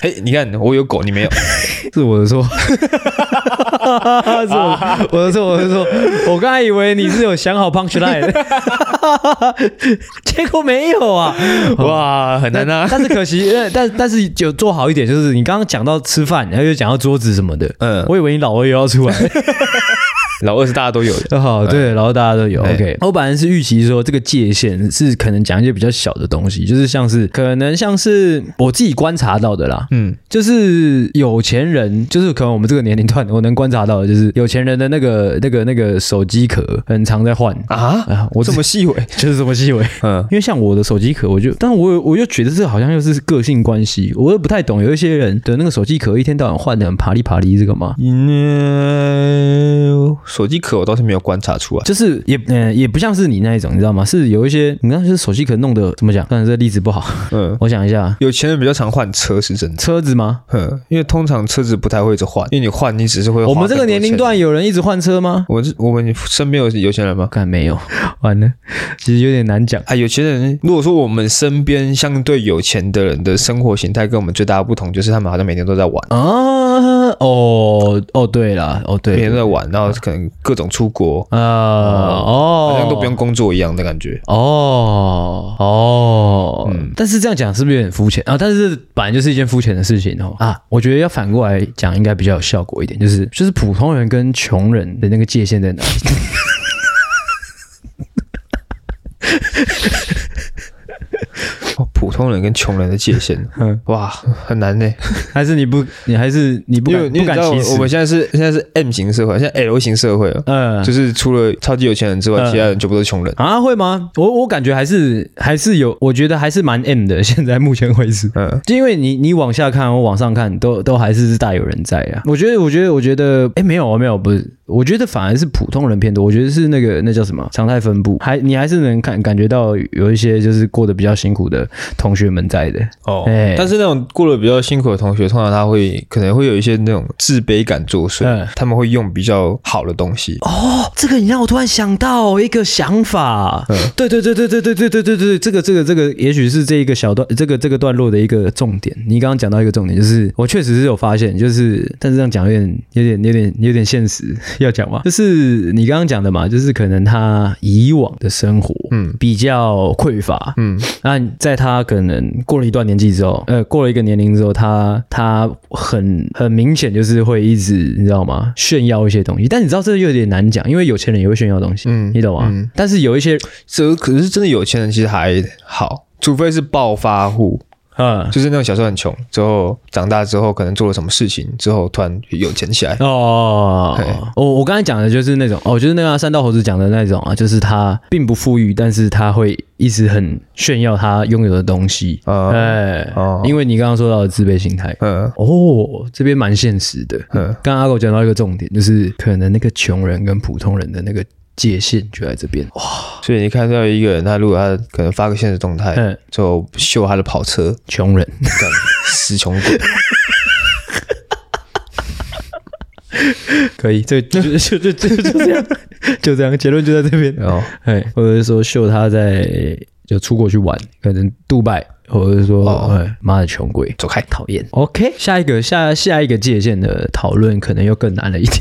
哎，你看我有狗，你没有，
是我的错， 是 我我的错，我的错，我刚才以为你是有想好 punch line 的，结果没有啊。
哇，很难 啊，
但是可惜，呃但但是有做好一点，就是你刚刚讲到吃饭，然后又讲到桌子什么的，
嗯，
我以为你老二又要出来。
老二是大家都有的，
哦，对，然后大家都有。
哎
OK，我本来是预期说这个界限是可能讲一些比较小的东西，就是像是可能像是我自己观察到的啦，
嗯，
就是有钱人，就是可能我们这个年龄段，我能观察到的就是有钱人的那个那个那个手机壳很常在换
啊，
啊，我
这么细微，
就是这么细微。
嗯。
因为像我的手机壳，我就，但我有我就觉得这好像又是个性关系，我又不太懂。有一些人的那个手机壳一天到晚换的很爬哩爬哩，这个嘛，
嗯，手机壳我倒是没有观察出来。
就是也嗯、也不像是你那一种，你知道吗？是有一些你看，就是手机壳弄的怎么讲？但是这例子不好，
嗯，
我想一下，
有钱人比较常换车是真的。
车子吗？
嗯，因为通常车子不太会一直换，因为你换你只是会。
我们这个年龄，段有人一直换车吗？
我这我们身边有有钱人吗？
看没 有，完了，其实有点难讲。
啊，有钱人，如果说我们身边相对有钱的人的生活形态跟我们最大的不同，就是他们好像每天都在玩，
啊，哦哦，对了，哦
每
对
天，都在玩，然后可能各种出国，
呃，哦，
好像都不用工作一样的感觉。
哦哦，但是这样讲是不是有点肤浅啊？但是本来就是一件肤浅的事情哦啊！我觉得要反过来讲，应该比较有效果一点，就是就是普通人跟穷人的那个界限在哪里？
哦普通人跟穷人的界限，
嗯
哇，很难呢。
还是你不你还是你不
因
敢
为因为
不
你知
敢
道
歧
我们
视？
现在是现在是 M 型社会，现在 L 型社会了，
嗯，
就是除了超级有钱人之外，
嗯
其他人全部都是穷人。
啊，会吗？我我感觉还是还是有，我觉得还是蛮 M 的。 现在目前为止，
嗯，
就因为你你往下看，我往上看，都都还是大有人在啊。我觉得，我觉得，我觉得，哎，没有，没有，不是，我觉得反而是普通人偏多，我觉得是那个那叫什么常态分布，还你还是能感感觉到有一些就是过得比较辛苦的同学们在的。
哦
哎
但是那种过得比较辛苦的同学，通常他会可能会有一些那种自卑感作祟，
嗯
他们会用比较好的东西。
哦，这个你让我突然想到一个想法，
对对对对对对对对对对，这个这个这个，也许是这一个小段这个这个段落的一个重点。你刚刚讲到一个重点，就是我确实是有发现，就是但是这样讲有点有点有点有点现实，要讲嘛，就是你刚刚讲的嘛，就是可能他以往的生活，嗯，比较匮乏，嗯，那在他可能过了一段年纪之后，呃，过了一个年龄之后，他他很很明显就是会一直你知道吗？炫耀一些东西，但你知道这有点难讲，因为有钱人也会炫耀东西，嗯，你懂吗？但是有一些
这可是真的有钱人其实还好，除非是暴发户，
嗯，
就是那种小时候很穷，之后长大之后可能做了什么事情，之后突然有钱起来。
哦
嘿，
我我刚才讲的就是那种，哦，就是那个啊三道猴子讲的那种啊，就是他并不富裕，但是他会一直很炫耀他拥有的东西，
哦
哎、
哦
因为你刚刚说到的自卑心态。
嗯
哦，这边蛮现实的。
嗯
刚刚阿狗讲到一个重点，就是可能那个穷人跟普通人的那个界限就在这边。哦哇，
所以你看到一个人，他如果他可能发个现实动态，
嗯
之后秀他的跑车，
穷人，
干死穷鬼，
可以，这就就就就就这样， 就这样，结论就在这边。
然后
哎，或者是说秀他在就出国去玩，可能杜拜，或者是说，
哦
哎，妈的穷鬼，
走开，
讨厌。OK，下一个下下一个界限的讨论可能又更难了 一点。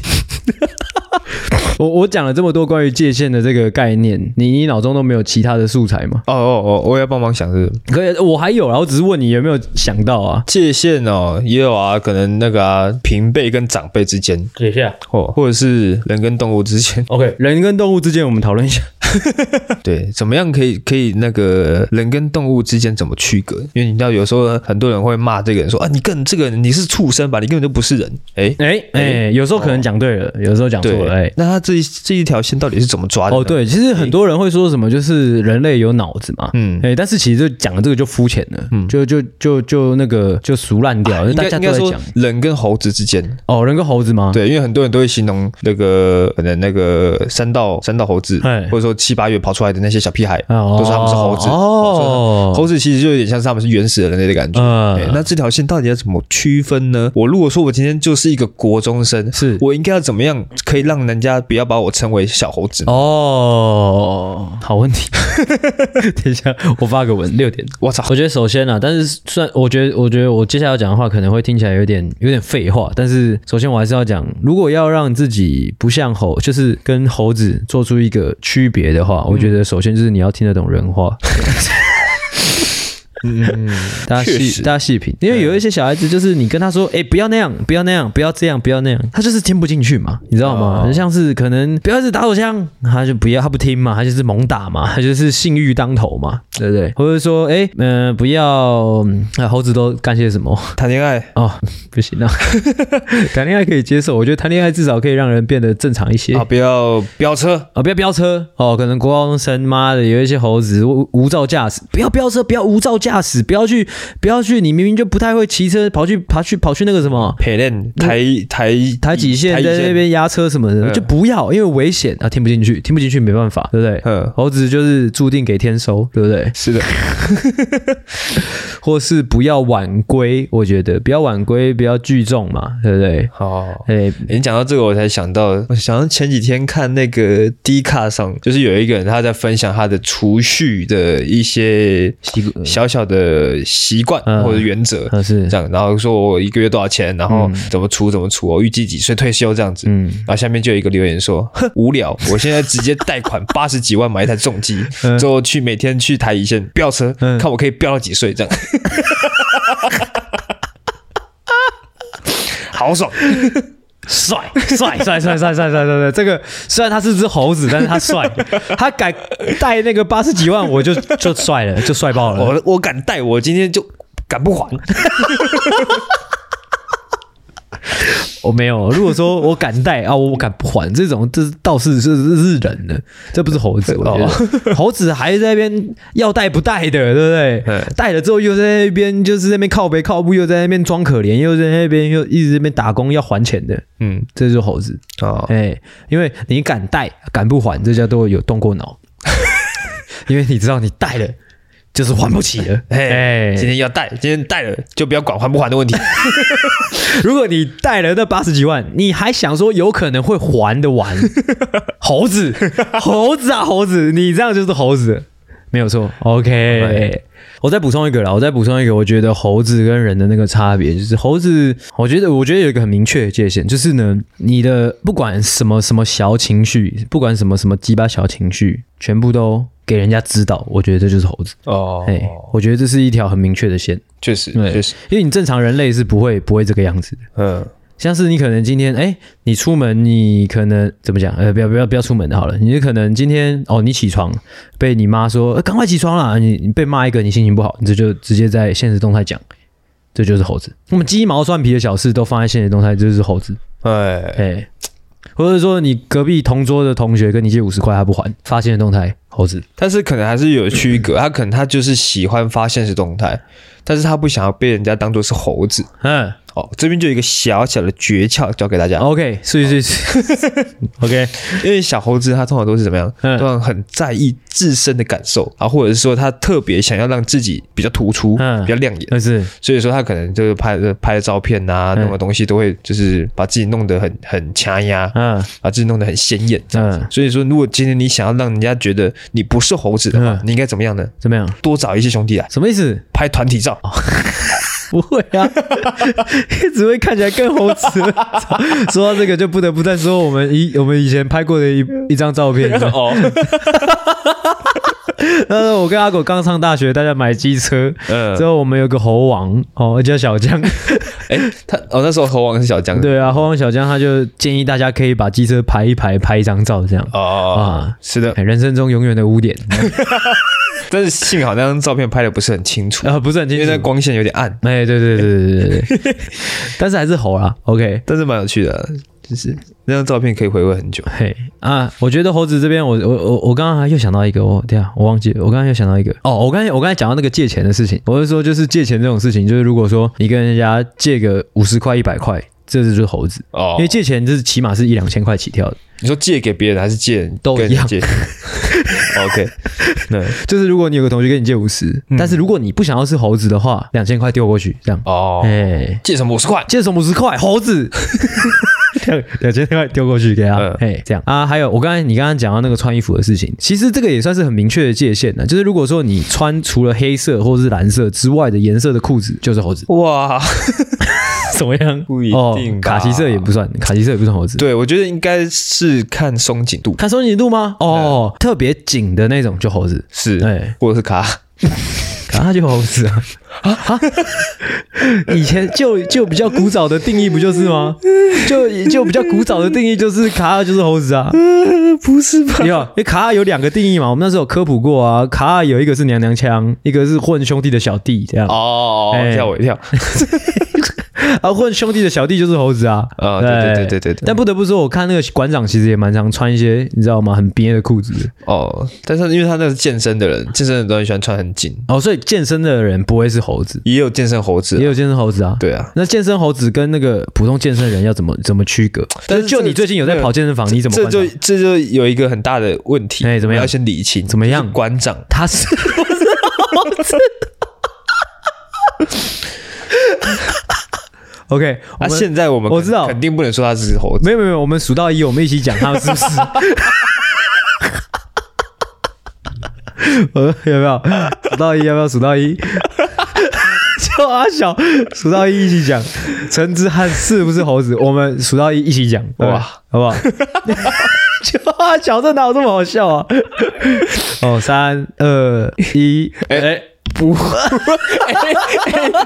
我我讲了这么多关于界限的这个概念，你你脑中都没有其他的素材吗？
哦哦哦，我也要帮忙想是不是
可以，我还有啊，我只是问你有没有想到啊？
界限哦，也有啊，可能那个啊，平辈跟长辈之间，
解一下。
哦，或者是人跟动物之间，
OK，
人跟动物之间，我们讨论一下。
对，怎么样可以可以那个人跟动物之间怎么区隔？因为你知道，有时候很多人会骂这个人说啊，你跟这个人你是畜生吧，你根本就不是人， 哎。哦
哎、哎、有时候可能讲对了，有时候讲错
对，
了，哎、
那他这一这一条线到底是怎么抓的？
哦，，对，其实很多人会说什么，就是人类有脑子嘛，
嗯
嗯，哎、但是其实就讲的这个就肤浅了，嗯，就就就就那个就俗烂掉了，
应
大
该
家
啊应
都在
该说
讲
人跟猴子之间，
哦，人跟猴子吗？，
对，因为很多人都会形容那个可能那个三道三道猴子，
哎
或者说七八月跑出来的那些小屁孩，
哦
都说他们是猴子。
哦
猴子其实就有点像是他们是原始人类的感觉。
嗯
对那这条线到底要怎么区分呢？我如果说我今天就是一个国中生，
是
我应该要怎么样可以让人家不要把我称为小猴子？
哦，好问 题， 等一下我发个文，六点。
我操！
我觉得首先啊，但是虽然我觉得，我觉得我接下来要讲的话可能会听起来有点有点废话，但是首先我还是要讲，如果要让自己不像猴，就是跟猴子做出一个区别的话，我觉得首先就是你要听得懂人话。
大家
确
细
实
大家细品，因为有一些小孩子就是你跟他说，哎、不要那样，不要那样，不要这样，不要那样，他就是听不进去嘛，你知道吗？像是可能不要是打手枪，他就不要，他不听嘛，他就是猛打嘛，他就是性欲当头嘛，对不对？或者说，哎、嗯、不要、嗯
呃
啊猴子都干些什么？
谈恋爱
哦，不行 啊，谈恋爱可以接受，我觉得谈恋爱至少可以让人变得正常一些
啊，。不要飙车，
啊、不要飙车哦！可能国高中生，妈的，有一些猴子无无照驾驶，不要飙车，不要无照驾驶，不要去，不要去，你明明就不太会骑车，跑去爬去跑去那个什么
陪练抬抬
台几线，在那，边压车什么的，
嗯
就不要，因为危险啊，听不进去，听不进去没办法，对不对？
嗯，
猴子就是注定给天收，对不对？
是的，
或是不要晚归，我觉得不要晚归，不要聚众嘛，对不对？
哦。
哎，
你讲到这个，我才想到，我想到前几天看那个 D 卡上，就是有一个人他在分享他的储蓄的一些小小的习惯
嗯
或者原则，
那是
这样，然后说我一个月多少钱，然后怎么出怎么出，我预计几岁退休这样子。
嗯
然后下面就有一个留言说：“ 哼，无聊，我现在直接贷 款八十几万买一台重机，
嗯
之后去每天去台一线飙车，看我可以飙到几岁这样。” 好爽，
帅帅帅帅帅帅帅帅帅！这个虽然他是只猴子，但是他帅，他敢带那个八十几万，我就就帅了，就帅爆了。
我我敢贷，我今天就敢不还。
我哦没有。如果说我敢带啊，我敢不还这种，这是倒是是是人的，这不是猴子。我觉得猴子还在那边要带不带的，对不对？带了之后又在那边就是在那边靠背靠步，又在那边装可怜，又在那边又一直在那边打工要还钱的，
嗯，
这就是猴子。
哦，
哎、因为你敢带敢不还，这叫做有动过脑，因为你知道你带了就是还不起了。
哎
哎，
今天要带，今天带了就不要管还不还的问题。
如果你贷了那八十几万，你还想说有可能会还得 完？猴子，猴子啊，猴子，你这样就是猴子，没有错。OK，我再补充一个啦，我再补充一个，我觉得猴子跟人的那个差别，就是猴子，我觉得我觉得有一个很明确的界限，就是呢，你的不管什么什么小情绪，不管什么什么鸡巴小情绪，全部都给人家知道，我觉得这就是猴子。
哦
哎、我觉得这是一条很明确的线，
确实，
对
确实，
因为你正常人类是不会不会这个样子的。
嗯，
像是你可能今天，哎、你出门，你可能怎么讲？呃，不要不要不要出门好了。你可能今天哦，你起床被你妈说，呃赶、快起床啦！你你被骂一个，你心情不好，你这就直接在现实动态讲，这就是猴子。那么鸡毛蒜皮的小事都放在现实动态，这就是猴子。
哎，
哎、或者说你隔壁同桌的同学跟你借五十块他不还，发现的动态猴子。
但是可能还是有区隔，他可能他就是喜欢发现实动态，但是他不想要被人家当做是猴子。
嗯
哦，这边就有一个小小的诀窍教给大家，
，OK，是是是，OK，
因为小猴子它通常都是怎么样？
嗯
通常很在意自身的感受啊，或者是说他特别想要让自己比较突出、
嗯
比较亮眼，
那是
所以说他可能就是拍拍的照片啊，
嗯
弄的东西都会就是把自己弄得很很掐压，
嗯
把自己弄得很显眼。
嗯，
所以说，如果今天你想要让人家觉得你不是猴子的话，
嗯
你应该怎么样呢？
怎么样？
多找一些兄弟来
什么意思？
拍团体照，
不会啊， 只会看起来更猴子。 说到这个，就不得不再说我们以我们以前拍过的一一张照片。
哦，
那时候我跟阿狗刚上大学，大家买机车，
嗯
之后我们有个猴王哦，叫小 江。
哎，他哦那时候猴王是小江的
对啊，猴王小江他就建议大家可以把机车排一排，拍一张照这样。
哦
啊，
是的，
哎人生中永远的污 点
但是幸好那张照片拍的不是很清楚，
啊，不是很
因
清
为那
楚。
光线有点暗，
哎，对对对对对对 对，但是还是猴啦。OK，
但是蛮有趣的啊，就是那张照片可以回味很久。
嘿啊，我觉得猴子这边我，我我我刚刚还又想到一个，我等一下我忘记了，我刚刚又想到一个哦，我刚才我刚才讲到那个借钱的事情，我是说就是借钱这种事情，就是如果说你跟人家借个五十块一百块，这就是猴子，
哦
因为借钱就是起码是一两千块起跳的，
你说借给别人还是借
都
跟
一样
人借？OK，对，
就是如果你有个同学跟你借五十、
嗯
但是如果你不想要是猴子的话，两千块丢过去这样，
哦，
哎、
借什么五十块？
借什么五十块，猴子。 两两千块丢过去给他
嗯，。
哎、这样啊。还有我刚才你刚刚讲到那个穿衣服的事情，其实这个也算是很明确的界限了。就是如果说你穿除了黑色或是蓝色之外的颜色的裤子，就是猴子
哇，
怎么样？
不一定
哦，卡
吧
其色也不算，卡其色也不算猴子。，
对我觉得应该是看松紧度，
看松紧度吗？哦，特别紧的那种就猴子，
是，
哎，
或者是卡，
啊，就猴子啊。 啊啊！以前就就比较古早的定义不就是吗？就就比较古早的定义就是卡尔就是猴子啊。
不是 吧？
有，因为卡尔有两个定义嘛，我们那时候有科普过啊。卡尔有一个是娘娘腔，一个是混兄弟的小弟，这样。
哦，
哎
吓我一跳。
啊，混兄弟的小弟就是猴子啊。
啊对对对对对对
但不得不说，我看那个馆长其实也蛮常穿一些，你知道吗？很憋的裤子的。
哦，但是因为他那是健身的人，健身的人都很喜欢穿很紧，
哦，所以健身的人不会是猴子，
也有健身猴子
也
啊，
有健身猴子啊。。
对啊。
那健身猴子跟那个普通健身人要怎么怎么区隔？
但是
就
这
你最近有在跑健身房，你怎么
这
观察
就这就有一个很大的问题，
哎怎么样
我们要先理清，
怎么样
就是馆长
他是不是猴子？OK，我
啊，
们
现在我们
我知道
肯定不能说他是猴子，
没有没有没有，我们数到一，我们一起讲他是不是？呃，要不要数到一？要不要数到一？叫阿小数到一一起讲，陈之汉是不是猴子？我们数到一一起讲，哇，
哇
好不好？ 叫阿小，这哪有这么好笑啊？哦，三二一
哎、不， 哎哎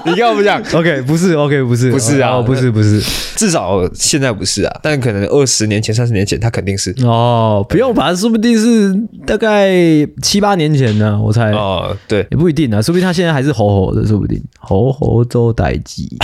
你看我们讲，
，OK，不是，OK，不是，
不是啊
哦不是，不是，
至少现在不是啊，但可能二十年前、三十年前他肯定是
哦，不用吧，说不定是大概七八年前呢，我猜。
哦，对，
也不一定啊，说不定他现在还是猴猴的，说不定猴猴周代记。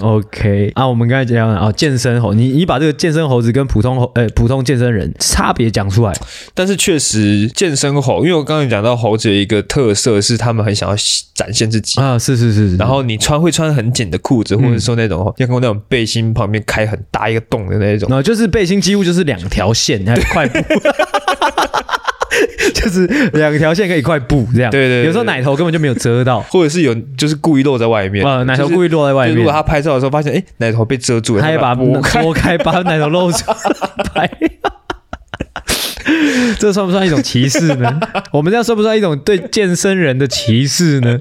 OK 啊，我们刚才讲了啊，健身猴，你你把这个健身猴子跟普通猴，呃，普通健身人差别讲出来，
但是确实，健身猴，因为我刚刚讲到猴子有一个特色是他们很想要展现自己，
啊，是是是是，
然后你穿会穿很紧的裤子，或者说那
嗯
种要看过那种背心旁边开很大一个洞的那一种，
然后就是背心几乎就是两条线，还有一块布。 就是两条线可以一块布这样，
对对对
有时候奶头根本就没有遮到，
或者是有就是故意露在外面，
啊，奶头故意露在外
就如
面
果，他拍照的时候发现，哎、奶头被遮住了，
他也把
拨开，
拨开，把奶头露 出来。 这算不算一种歧视 呢？我们这样算不算一种对健身人的歧视 呢？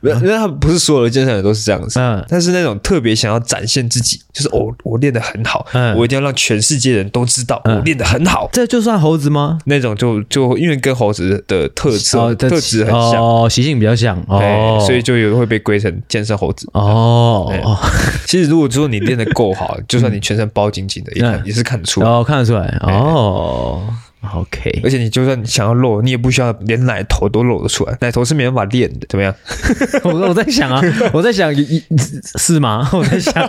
没有因为他不是所有的健身人都是这样子，
嗯
但是那种特别想要展现自己，就是哦，我练得很好，
嗯
我一定要让全世界人都知道、
嗯
我练得很好，
这就算猴子吗？
那种就就因为跟猴子的特色、
哦这
啊特质很像，
哦，习性比较像哦
哎，所以就哎有会被归成健身猴子。
哦
对
哦，
其实如果说你练得够好，就算你全身包紧紧的，也看
嗯
也是看得出来。
然后看得出来
哎
哦，OK，
而且你就算想要露，你也不需要连奶头都露得出来，奶头是没办法练的，怎么样？
嗯我我在想啊，我在想一一是吗？ 我在 想，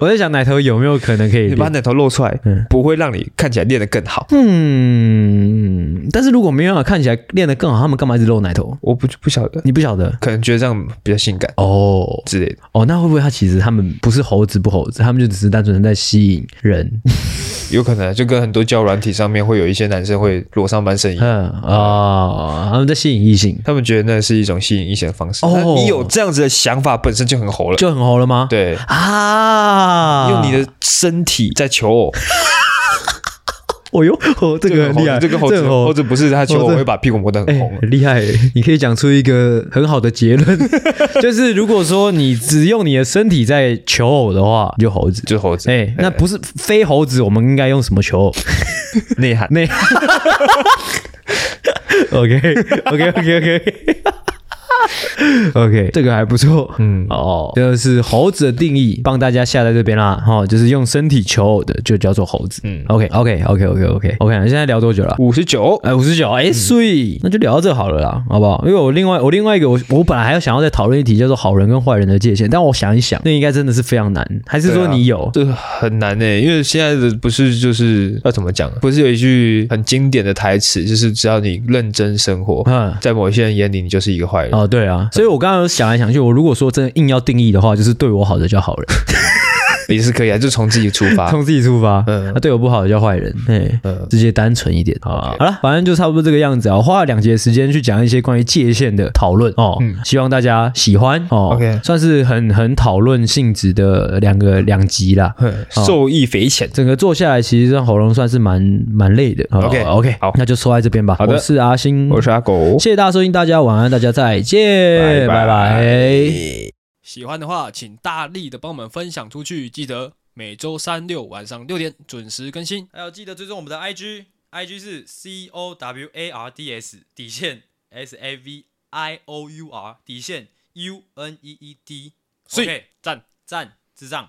我在想奶头有没有可能可以
你把
练？
奶头露出来，不会让你看起来练得更好。
嗯，但是如果没办法看起来练得更好，他们干嘛一直露奶头？
我不不晓得，
你不晓得
可能觉得这样比较性感
哦
之类的。
哦，那会不会他其实他们不是猴子不猴子，他们就只是单纯的在吸引人？
有可能就跟很多交友软体上面会有一些男生会裸上半身一样，
嗯 哦，他们在吸引异性，
他们觉得那是一种吸引异性的方式。
哦
那你有这样子的想法本身就很猴了，
就很猴了吗？
对，
啊，
用你的身体在求偶，
哦哟，哦这个很
很猴
厉
子
害，
这个猴
这
子
很
猴子不是他求
猴
偶
子
会把屁股磨得很
哎、
红，
很厉害耶！你可以讲出一个很好的结论， 就是如果说你只用你的身体在求偶的话，你就猴子。
就是猴子
哎、那不是非猴子，我们应该用什么求 偶？
内涵。
那 OK OK OK OK OK，这个还不错。嗯，哦，就是猴子的定义，帮大家下在这边啦。哦，就是用身体求偶的，就叫做猴子。嗯，OK OK OK OK OK OK，现在聊多久了？
五十九，
哎，五十九，哎，所以那就聊到这好了啦，好不好？因为我另外我另外一个我我本来还要想要再讨论一题叫做好人跟坏人的界限，但我想一想，那应该真的是非常难，还是说你有？
这很难呢、因为现在的不是就是要怎么讲啊？不是有一句很经典的台词，就是只要你认真生活，
嗯。
在某一些人眼里你就是一个坏人。
哦，对啊，所以我刚刚有想来想去，我如果说真的硬要定义的话，就是对我好的叫好人，
也是 可以啊，就从自己出发。
从自己出发；
嗯
那、对我不好的叫坏人，哎，
嗯
直接单纯一点，好吧？好了，反正就差不多这个样子啊。我花了两节时间去讲一些关于界限的讨论哦，希望大家喜欢哦。
嗯 OK
算是很很讨论性质的两个两集啦。
嗯受益匪浅。
整个做下来，其实让喉咙算是蛮蛮累的。哦
OK，
OK，
好
那就说在这边吧。
好的
我是阿
嗯
星，
我是阿狗，
谢谢大家收听，大家晚安，大家再见，
拜拜
拜拜
喜欢的话，请大力的帮我们分享出去。记得每周三六晚上六点准时更新。
还有记得追踪我们的 IG，IG 是 C O W A R D S 底线 S A V I O U R 底线 U N E E D。
所以
OK，赞赞智障。